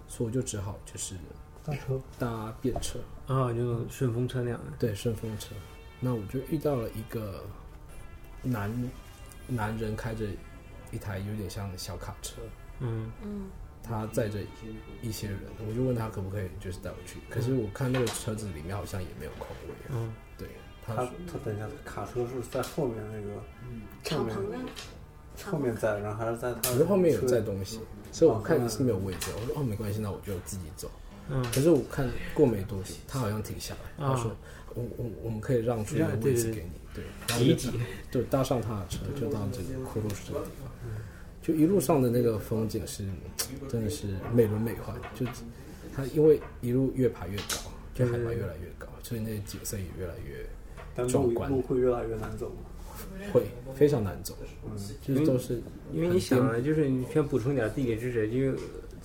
S2: 所以我就只好就是
S4: 大车，
S2: 搭便车，
S1: 啊，就那种顺风车那样的。
S2: 对，顺风车。那我就遇到了一个男男人开着一台有点像小卡车，
S1: 嗯，
S3: 嗯，
S2: 他载着一些人，我就问他可不可以就是带我去，可是我看那个车子里面好像也没有空位。
S1: 嗯，
S2: 对，
S4: 他
S2: 他说
S4: 他等一下，卡车是在后面那个，后
S1: 嗯
S3: 敞
S4: 面
S3: 篷的，
S4: 后面载人还是在他？
S2: 可是后面有载东西，所以我看是没有位置，我说哦没关系，那我就自己走。
S1: 嗯
S2: 可是我看过没多久，他好像停下来，
S1: 啊
S2: 他说我我我们可以让出一个
S1: 让对
S2: 位置
S1: 对
S2: 给你，对，然后
S1: 挤一嗯
S2: 就
S1: 挤，
S2: 就搭上他的车，就到这个库鲁什这个地方，就一路上的那个风景是真的是美轮美奂，就它因为一路越爬越高，就海拔越来越高，所以那景色也越来越
S4: 但路
S2: 壮观
S4: 路会越来越难走吗？
S2: 会非常难走，
S1: 嗯
S2: 就是都是
S1: 因为你想啊，就是你先补充一点地理知识，因为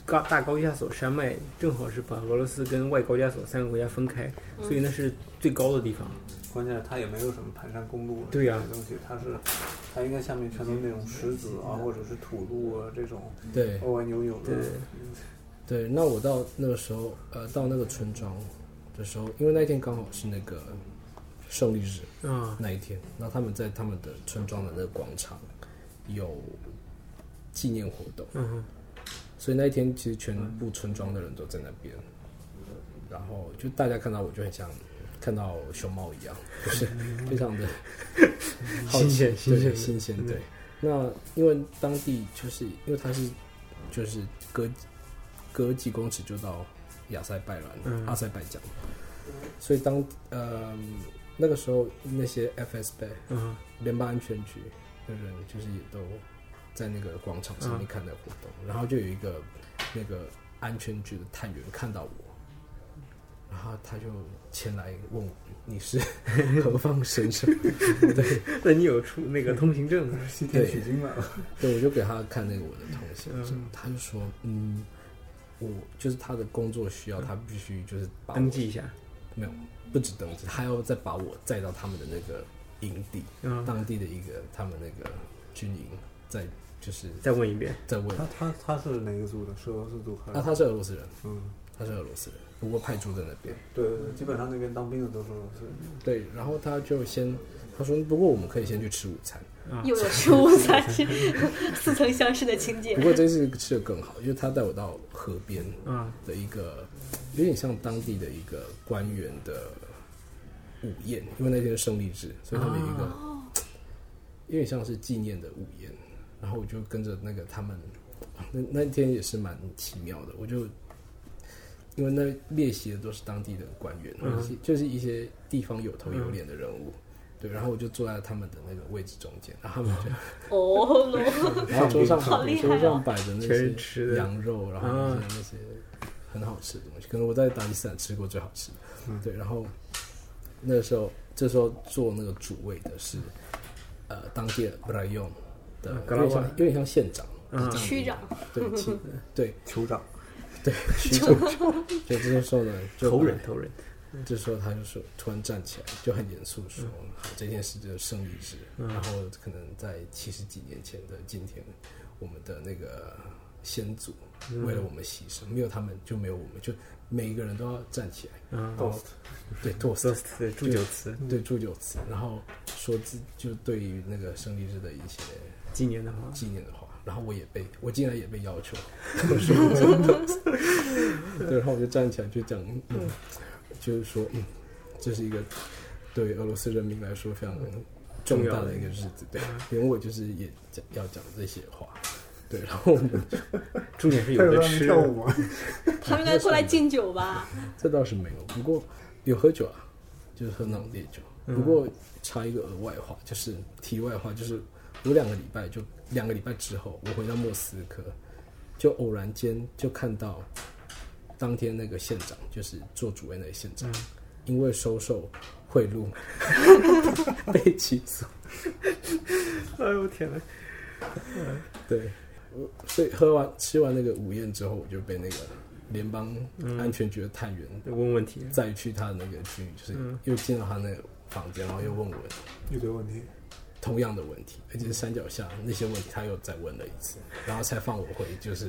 S1: 高大高加索山脉正好是把俄罗斯跟外高加索三个国家分开，所以那是最高的地方。
S4: 关键是它也没有什么盘山公路，
S1: 对呀
S4: 东西它是，它应该下面全都是那种石子啊，或者是土路啊这种
S2: 对
S4: 歪歪扭扭的。
S2: 对。那我到那个时候，呃，到那个村庄的时候，因为那一天刚好是那个胜利日，
S1: 啊，
S2: 那一天，那他们在他们的村庄的那个广场有纪念活动，
S1: 嗯哼，
S2: 所以那一天其实全部村庄的人都在那边，然后就大家看到我就很像看到熊猫一样，就是非常的好奇
S1: 嗯新鲜
S2: 对
S1: 新鲜嗯
S2: 新鲜对。那因为当地就是因为它是就是隔隔几公尺就到亚塞拜然、
S1: 嗯
S2: 阿塞拜疆，所以当呃那个时候那些 FSB
S1: 嗯
S2: 联邦安全局的人就是也都在那个广场上面看那个活
S1: 嗯
S2: 动，然后就有一个那个安全局的探员看到我，然后他就前来问我你是 何方神圣，
S1: 哼，那你有出那个通行证吗？
S4: 西天取经了，
S2: 对我就给他看那个我的头像，
S1: 嗯
S2: 他就说嗯，我就是他的工作需要，他必须就是把
S1: 嗯
S2: 我
S1: 登记一下。
S2: 没有不止登记，他要再把我载到他们的那个营地，
S1: 嗯，
S2: 当地的一个他们那个军营，再就是
S1: 再问一遍。
S2: 再问。
S4: 他他他是哪个组的？是俄罗斯组还
S2: 啊，
S4: 是？
S2: 他是俄罗斯人，
S4: 嗯，
S2: 他是俄罗斯人，不过派驻在那边。
S4: 对对对，基本上那边当兵的都是俄罗斯人。
S2: 对，然后他就先他说，不过我们可以先去吃午餐。
S1: 嗯
S3: 又有吃午餐， 似曾相识的情节
S1: 嗯
S2: 不。过这次吃的更好，因为他带我到河边
S1: 啊，
S2: 的一个有点像当地的一个官员的午宴，因为那天是胜利日，所以他们有一个有点像是纪念的午宴。然后我就跟着那个他们，那那天也是蛮奇妙的，我就因为那列席的都是当地的官员，
S4: 嗯
S2: 就是一些地方有头有脸的人物。对，然后我就坐在他们的那个位置中间，然后他们就
S3: 哦喽，
S2: 然后桌上
S3: 好厉害哦
S2: 桌上摆的那
S1: 全是吃
S2: 些
S1: 的嗯
S2: 羊肉，然后那些那些很好吃的东西，可能我在达吉斯坦吃过最好吃的。
S1: 嗯
S2: 对，然后那个时候这时候做那个主位的是呃当地的 b r a y o n 的，
S1: 嗯格
S2: 有
S1: 拉
S2: 点
S1: 瓦
S2: 像有点像县长，
S1: 嗯
S2: 是这样
S3: 区长，
S2: 对其对
S4: 酋长，
S2: 对区长。对，这个时候呢，就
S1: 头人头人，嗯
S2: 这时候他就说，突然站起来，就很严肃地说：“好，这件事就是胜利之。然后可能在七十几年前的今天，我们的那个先祖
S1: 嗯
S2: 为了我们牺牲，没有他们就没有我们，就每一个人都要站起来。
S1: 嗯
S2: 然后对剁死
S1: 作词祝酒词，
S2: 对祝酒词，然后说自就对于那个胜利日的一些
S1: 纪念的话，
S2: 纪念的话，然后我也被我竟然也被要求说，对，然后我就站起来就讲，嗯，就是说，嗯，这是一个对俄罗斯人民来说非常重大的一个日子，对，连我就是也讲要讲这些话，对，然后我们
S1: 重点是
S4: 他
S1: 有
S4: 有
S1: 的
S4: 让你
S1: 吃
S4: 跳。舞啊吗？
S3: 他们应该过
S1: 嗯
S3: 来敬酒吧？
S2: 这倒是没有，不过有喝酒啊，就是喝那种烈酒。不过插一个额外话，就是题外话，就是我两个礼拜就两个礼拜之后，我回到莫斯科，就偶然间就看到当天那个县长，就是做主位那个县长，因为收受贿赂 被起诉。
S1: 哎呦我天呐，
S2: 对，我所以喝完吃完那个午宴之后，我就被那个联邦安全局的探员
S1: 问问题，
S2: 再去他的那个区域，就是又进到他那个房间，然后又问我
S4: 一堆问题，
S2: 同样的问题，而且是山脚下那些问题，他又再问了一次，然后才放我回，就是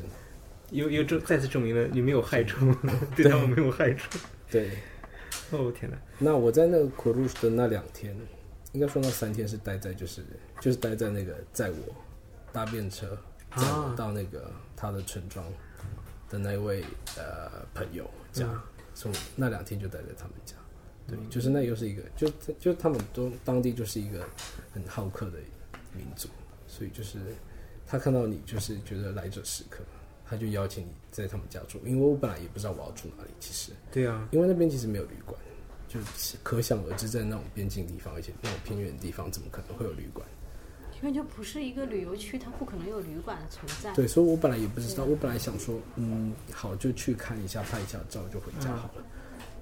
S1: 又又证再次证明了你没有害处， 对他们没有害处。
S2: 对。
S1: 哦我天呐，
S2: 那我在那个 k u r u s 的那两天，应该说那三天是待在就是就是待在那个载我搭便车载我到那个他的村庄的那一位呃朋友家，
S1: 嗯
S2: 所以我那两天就待在他们家。对，就是那又是一个，就就他们都当地就是一个很好客的民族，所以就是他看到你就是觉得来者是客，他就邀请你在他们家住。因为我本来也不知道我要住哪里，其实，
S1: 对啊，
S2: 因为那边其实没有旅馆，就是可想而知，在那种边境地方，而且那种偏远地方，怎么可能会有旅馆？
S3: 因为就不是一个旅游区，它不可能有旅馆的存在。
S2: 对，所以我本来也不知道，我本来想说，嗯，好，就去看一下，拍一下照就回
S1: 嗯
S2: 家好了。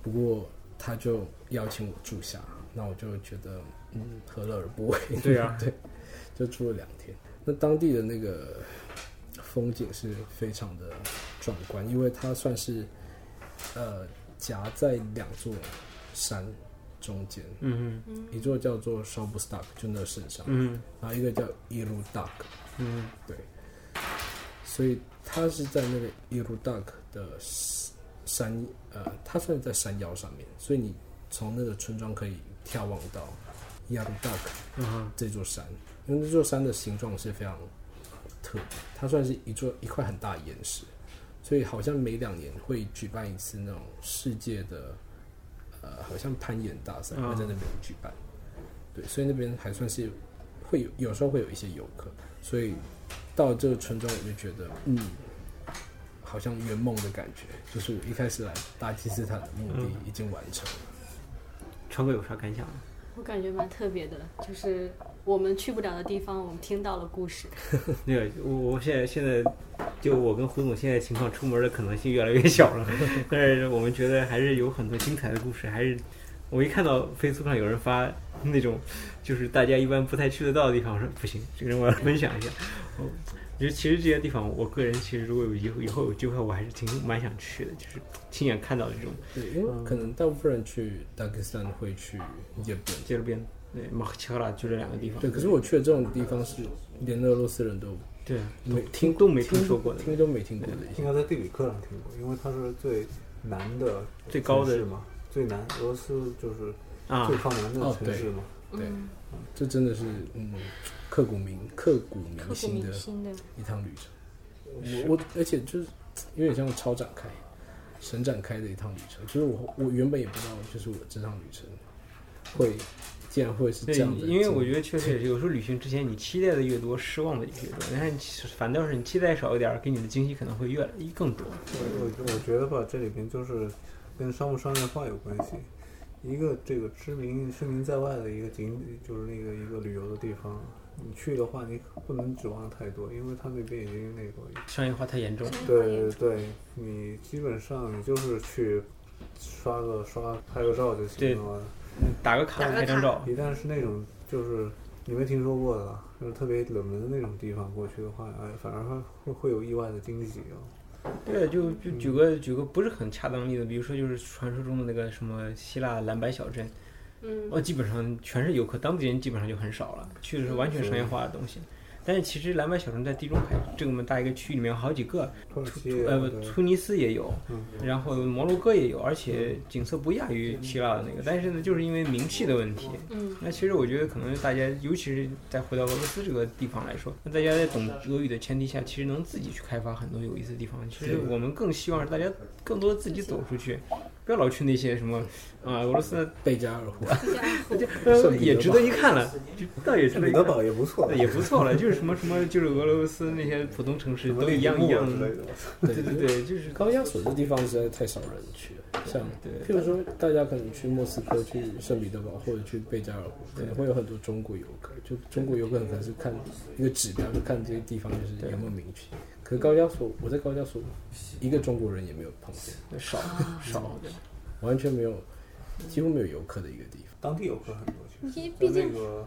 S2: 不过他就邀请我住下，那我就觉得，嗯，何乐而不为？
S1: 对啊
S2: 对，就住了两天。那当地的那个风景是非常的壮观，因为它算是呃夹在两座山中间，
S1: 嗯
S2: 一座叫做 s h o b u s t a k 就那圣山，
S1: 嗯
S2: 然后一个叫 i r u d a k
S1: 嗯
S2: 对，所以它是在那个 i r u d a k 的山，呃，它算是在山腰上面，所以你从那个村庄可以眺望到 i r u d a k
S1: 嗯，
S2: 这座山，因为这座山的形状是非常特别，它算是一座一块很大的岩石，所以好像每两年会举办一次那种世界的，呃，好像攀岩大赛
S1: 嗯
S2: 会在那边举办，对，所以那边还算是会有有时候会有一些游客，所以到这个村庄我就觉得，嗯，好像圆梦的感觉，就是我一开始来巴基斯坦的目的已经完成了，
S1: 超哥有啥感想吗？
S3: 我感觉蛮特别的，就是我们去不了的地方，我们听到了故事。
S1: 那个，我我现在现在，就我跟胡总现在情况，出门的可能性越来越小了。但是我们觉得还是有很多精彩的故事，还是我一看到 Facebook 上有人发那种，就是大家一般不太去得到的地方，我说不行，这个人我要分享一下。我我觉得其实这些地方，我个人其实如果有以后以后有机会，我还是挺蛮想去的，就是亲眼看到这种
S2: 对，因为可能大部分人去达克斯坦会去夜边。
S1: 街路边，对马赫乔拉就这两个地方。
S2: 对，可是我去的这种地方是连俄罗斯人都
S1: 对啊，
S2: 没
S1: 听都没听说过的
S2: 听都没听过的一
S4: 应
S2: 些。
S4: 该在地理课上听过，因为它是最南的
S1: 最高的
S4: 城市嘛，最南俄罗斯就是
S1: 啊
S4: 最，靠南的
S2: 哦
S4: 城市嘛。
S2: 对，
S3: 嗯
S2: 这真的是嗯，刻骨铭刻骨铭
S3: 刻骨
S2: 心
S3: 铭
S2: 的
S3: 心的，
S2: 一趟旅程。我我而且就是有点像超展开、神展开的一趟旅程。就是我我原本也不知道，就是我这趟旅程会竟然会是
S1: 对
S2: 这样，的。
S1: 因为我觉得确实也是，有时候旅行之前你期待的越多，失望的也越多。但是你反倒是你期待少一点儿，给你的惊喜可能会越来更多。
S4: 我我我觉得吧，这里边就是跟商务商业化有关系。一个这个知名声名在外的一个景，就是那个一个旅游的地方，你去的话，你不能指望太多，因为他那边已经那个
S1: 商业化太嗯严重了，
S4: 对对，你基本上你就是去刷个刷拍个照就
S1: 对
S4: 行了。
S1: 打个卡
S3: 打个
S1: 拍张
S3: 卡
S1: 照，
S4: 一旦是那种就是你没听说过的，就是特别冷门的那种地方过去的话，哎，反而会会会有意外的惊喜哦。
S1: 对，
S2: 嗯
S1: 就就举个举个不是很恰当的例子，比如说就是传说中的那个什么希腊蓝白小镇，
S3: 嗯，
S1: 哦，基本上全是游客，当地人基本上就很少了，去的是完全商业化的东西。但是其实蓝白小镇在地中海这么大一个区域里面有好几个，
S4: 土耳其也有
S1: 呃，
S4: 的
S1: 突尼斯也有，
S4: 嗯，
S1: 然后摩洛哥也有，而且景色不亚于希腊的那个。但
S4: 嗯
S1: 是呢，就是因为名气的问题，
S3: 嗯，
S1: 那其实我觉得可能大家，尤其是再回到俄罗斯这个地方来说，那大家在懂俄语的前提下，其实能自己去开发很多有意思的地方。其实我们更希望是大家更多自己走出去，不要老去那些什么 啊、俄罗斯的
S2: 贝加尔湖，
S1: 呃
S2: 圣彼得堡
S1: 也值得一看 了，就倒也值得
S4: 彼
S1: 一
S4: 得
S1: 看。
S4: 堡也不错，
S1: 也不错了，就是什么什么，就是俄罗斯那些普通城市
S4: 什么
S1: 都
S4: 利
S1: 一
S4: 比
S1: 样一
S4: 莫
S1: 样
S4: 啊之类的。
S1: 对对对，就是
S2: 高加索这地方实在太少人去了，像譬
S1: 对
S2: 如说大家可能去莫斯科、去圣彼得堡或者去贝加尔湖，可能会有很多中国游客，就中国游客可能是看一个指标，就看这些地方就是有没有名气。可是高加索，我在高加索一个中国人也没有碰见，
S1: 少 少，
S2: 完全没有，几乎没有游客的一个地方。
S4: 当地游客很多，其
S3: 因
S4: 实
S3: 为毕
S4: 在那
S3: 竟
S4: 个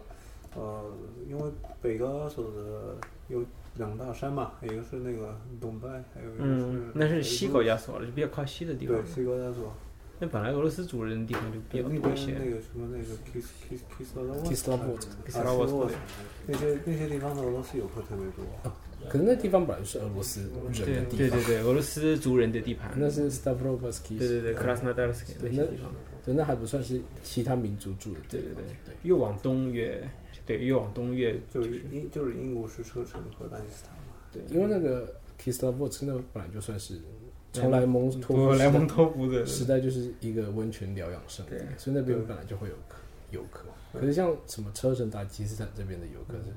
S4: 呃，因为北高加索的有两大山嘛，一个是那个东拜，还有一个是、
S1: 嗯，那是西高加索了，就比较靠西的地方
S4: 对。西高加索，
S1: 那本来俄罗斯主人的地方就比
S4: 那
S1: 较
S4: 边
S1: 多一些。
S4: 那个什么那个 Kiss Kiss Kiss
S1: 嗯
S2: 基斯拉波
S4: Kislavosk，
S2: 特，
S1: 基斯拉沃斯克
S4: 那些那些地方的俄罗斯游客特别多。
S2: 可是那地方本来就是俄罗斯
S1: 对
S2: 人的地
S1: 对
S2: 方，
S1: 对对，俄罗斯族人的地盘。
S2: 那是 Stavrovoski，
S1: 对对对，Krasnodarsk 那
S2: 对
S1: 些地方。
S2: 对，那还不算是其他民族住的地
S1: 对
S2: 方。
S1: 对对
S2: 对，
S1: 越往东越对，越往东越
S4: 就是英就是英国是车臣和大吉斯坦嘛，
S1: 对，
S2: 因为那个 Kislavot 那本来就算是从莱蒙托夫
S1: 我
S2: 时
S1: 嗯
S2: 代
S1: 莱蒙托夫的
S2: 时代就是一个温泉疗养胜地
S1: 对，嗯
S2: 所以那边本来就会有客游客。可是像什么车臣、达吉斯坦这边的游客是，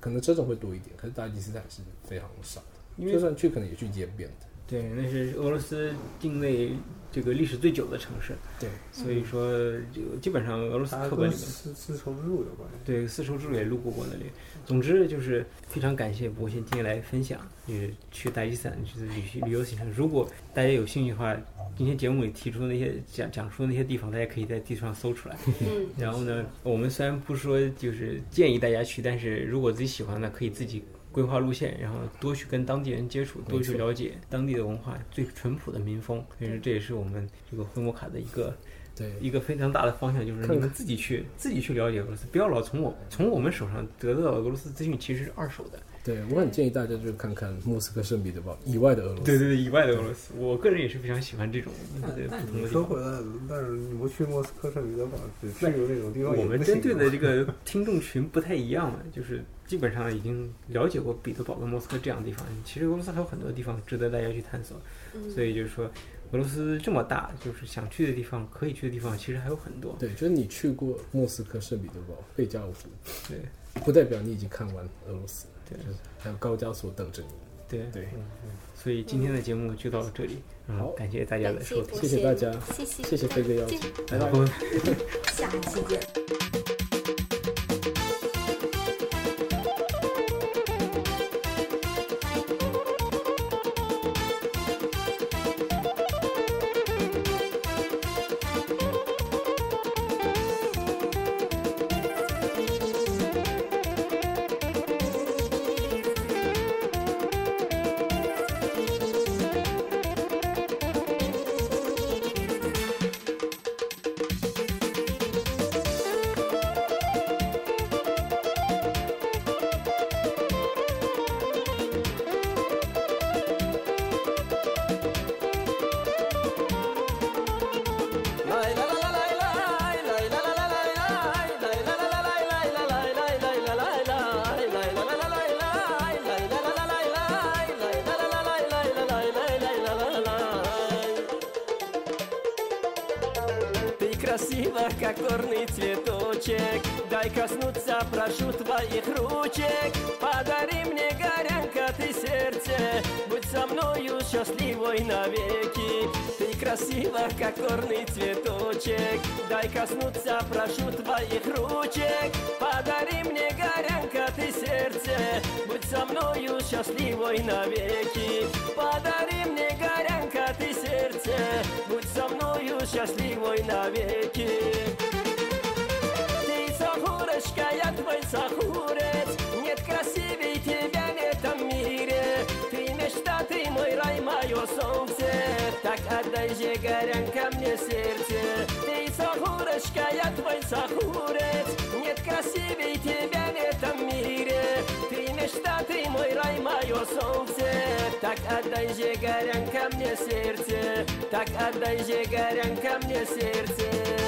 S2: 可能车臣会多一点，可是达吉斯坦是非常少
S1: 因为
S2: 的，就算去可能也去演变的。
S1: 对，那是俄罗斯境内这个历史最久的城市，
S2: 对，
S1: 所以说就基本上俄罗斯
S4: 它
S1: 课本
S4: 跟
S1: 里面。
S4: 丝丝绸之路有关系。
S1: 对，丝绸之路也路过过那里。总之就是非常感谢博先今天来分享，就是去大吉斯坦就是旅行旅游行程。如果大家有兴趣的话，今天节目里提出那些讲讲述的那些地方，大家可以在地图上搜出来。
S3: 嗯，
S1: 然后呢，我们虽然不说就是建议大家去，但是如果自己喜欢的，可以自己规划路线，然后多去跟当地人接触，多去了解当地的文化，最淳朴的民风。其实这也是我们这个灰摩卡的一个
S2: 对，
S1: 一个非常大的方向就是
S2: 看
S1: 你们自己去自己去了解俄罗斯，不要老从我从我们手上得到的俄罗斯资讯其实是二手的。
S2: 对我很建议大家就看看莫斯科、圣彼得堡以外的俄罗斯。
S1: 嗯对对对，以外的俄罗斯，我个人也是非常喜欢这种对不同
S4: 你
S1: 的地
S4: 说
S1: 方。
S4: 回来，但是你不去莫斯科、圣彼得堡，只去那种地方也
S1: 我们
S4: 不行
S1: 针对
S4: 啊
S1: 的这个听众群不太一样了，就是基本上已经了解过彼得堡跟莫斯科这样的地方。其实俄罗斯还有很多地方值得大家去探索，
S5: 嗯
S1: 所以就是说，俄罗斯这么大，就是想去的地方、可以去的地方，其实还有很多。
S2: 对，就是你去过莫斯科、圣彼得堡、贝加尔湖，
S1: 对
S2: 不代表你已经看完俄罗斯，
S1: 对
S2: 就是还有高加索等着你。
S1: 对，
S2: 对，
S1: 所以今天的节目就到这里，然后感谢大家的
S5: 感
S1: 收
S5: 谢
S1: 听。
S5: 博
S2: 谢谢
S5: 贤
S2: 大家
S5: 谢谢
S2: 谢谢飞哥邀请，
S1: 然后。
S5: 下期见。
S6: Ты красива, как горный цветочек. ключик Дай коснуться, прошу твоих ручек Подари мне горянка ты сердце Будь со мною счастливой навеки Ты красива, как горный цветочек Дай коснуться, прошу твоих ручек Подари мне горянка ты сердце Будь со мною счастливой навеки Подари мне горянка ты сердце Будь со мною счастливой навеки ты сахурочка, а я твой сахурец Нет красивей тебя в этом мире Ты мечта, ты мой рай, мое солнце Так отдай же горянка мне сердце Ты сахурочка, а я твой сахурец Нет красивей тебя в этом мире Ты мечта, ты мой рай, мое солнце Так отдай же горянка мне сердце Так отдай же горянка мне сердце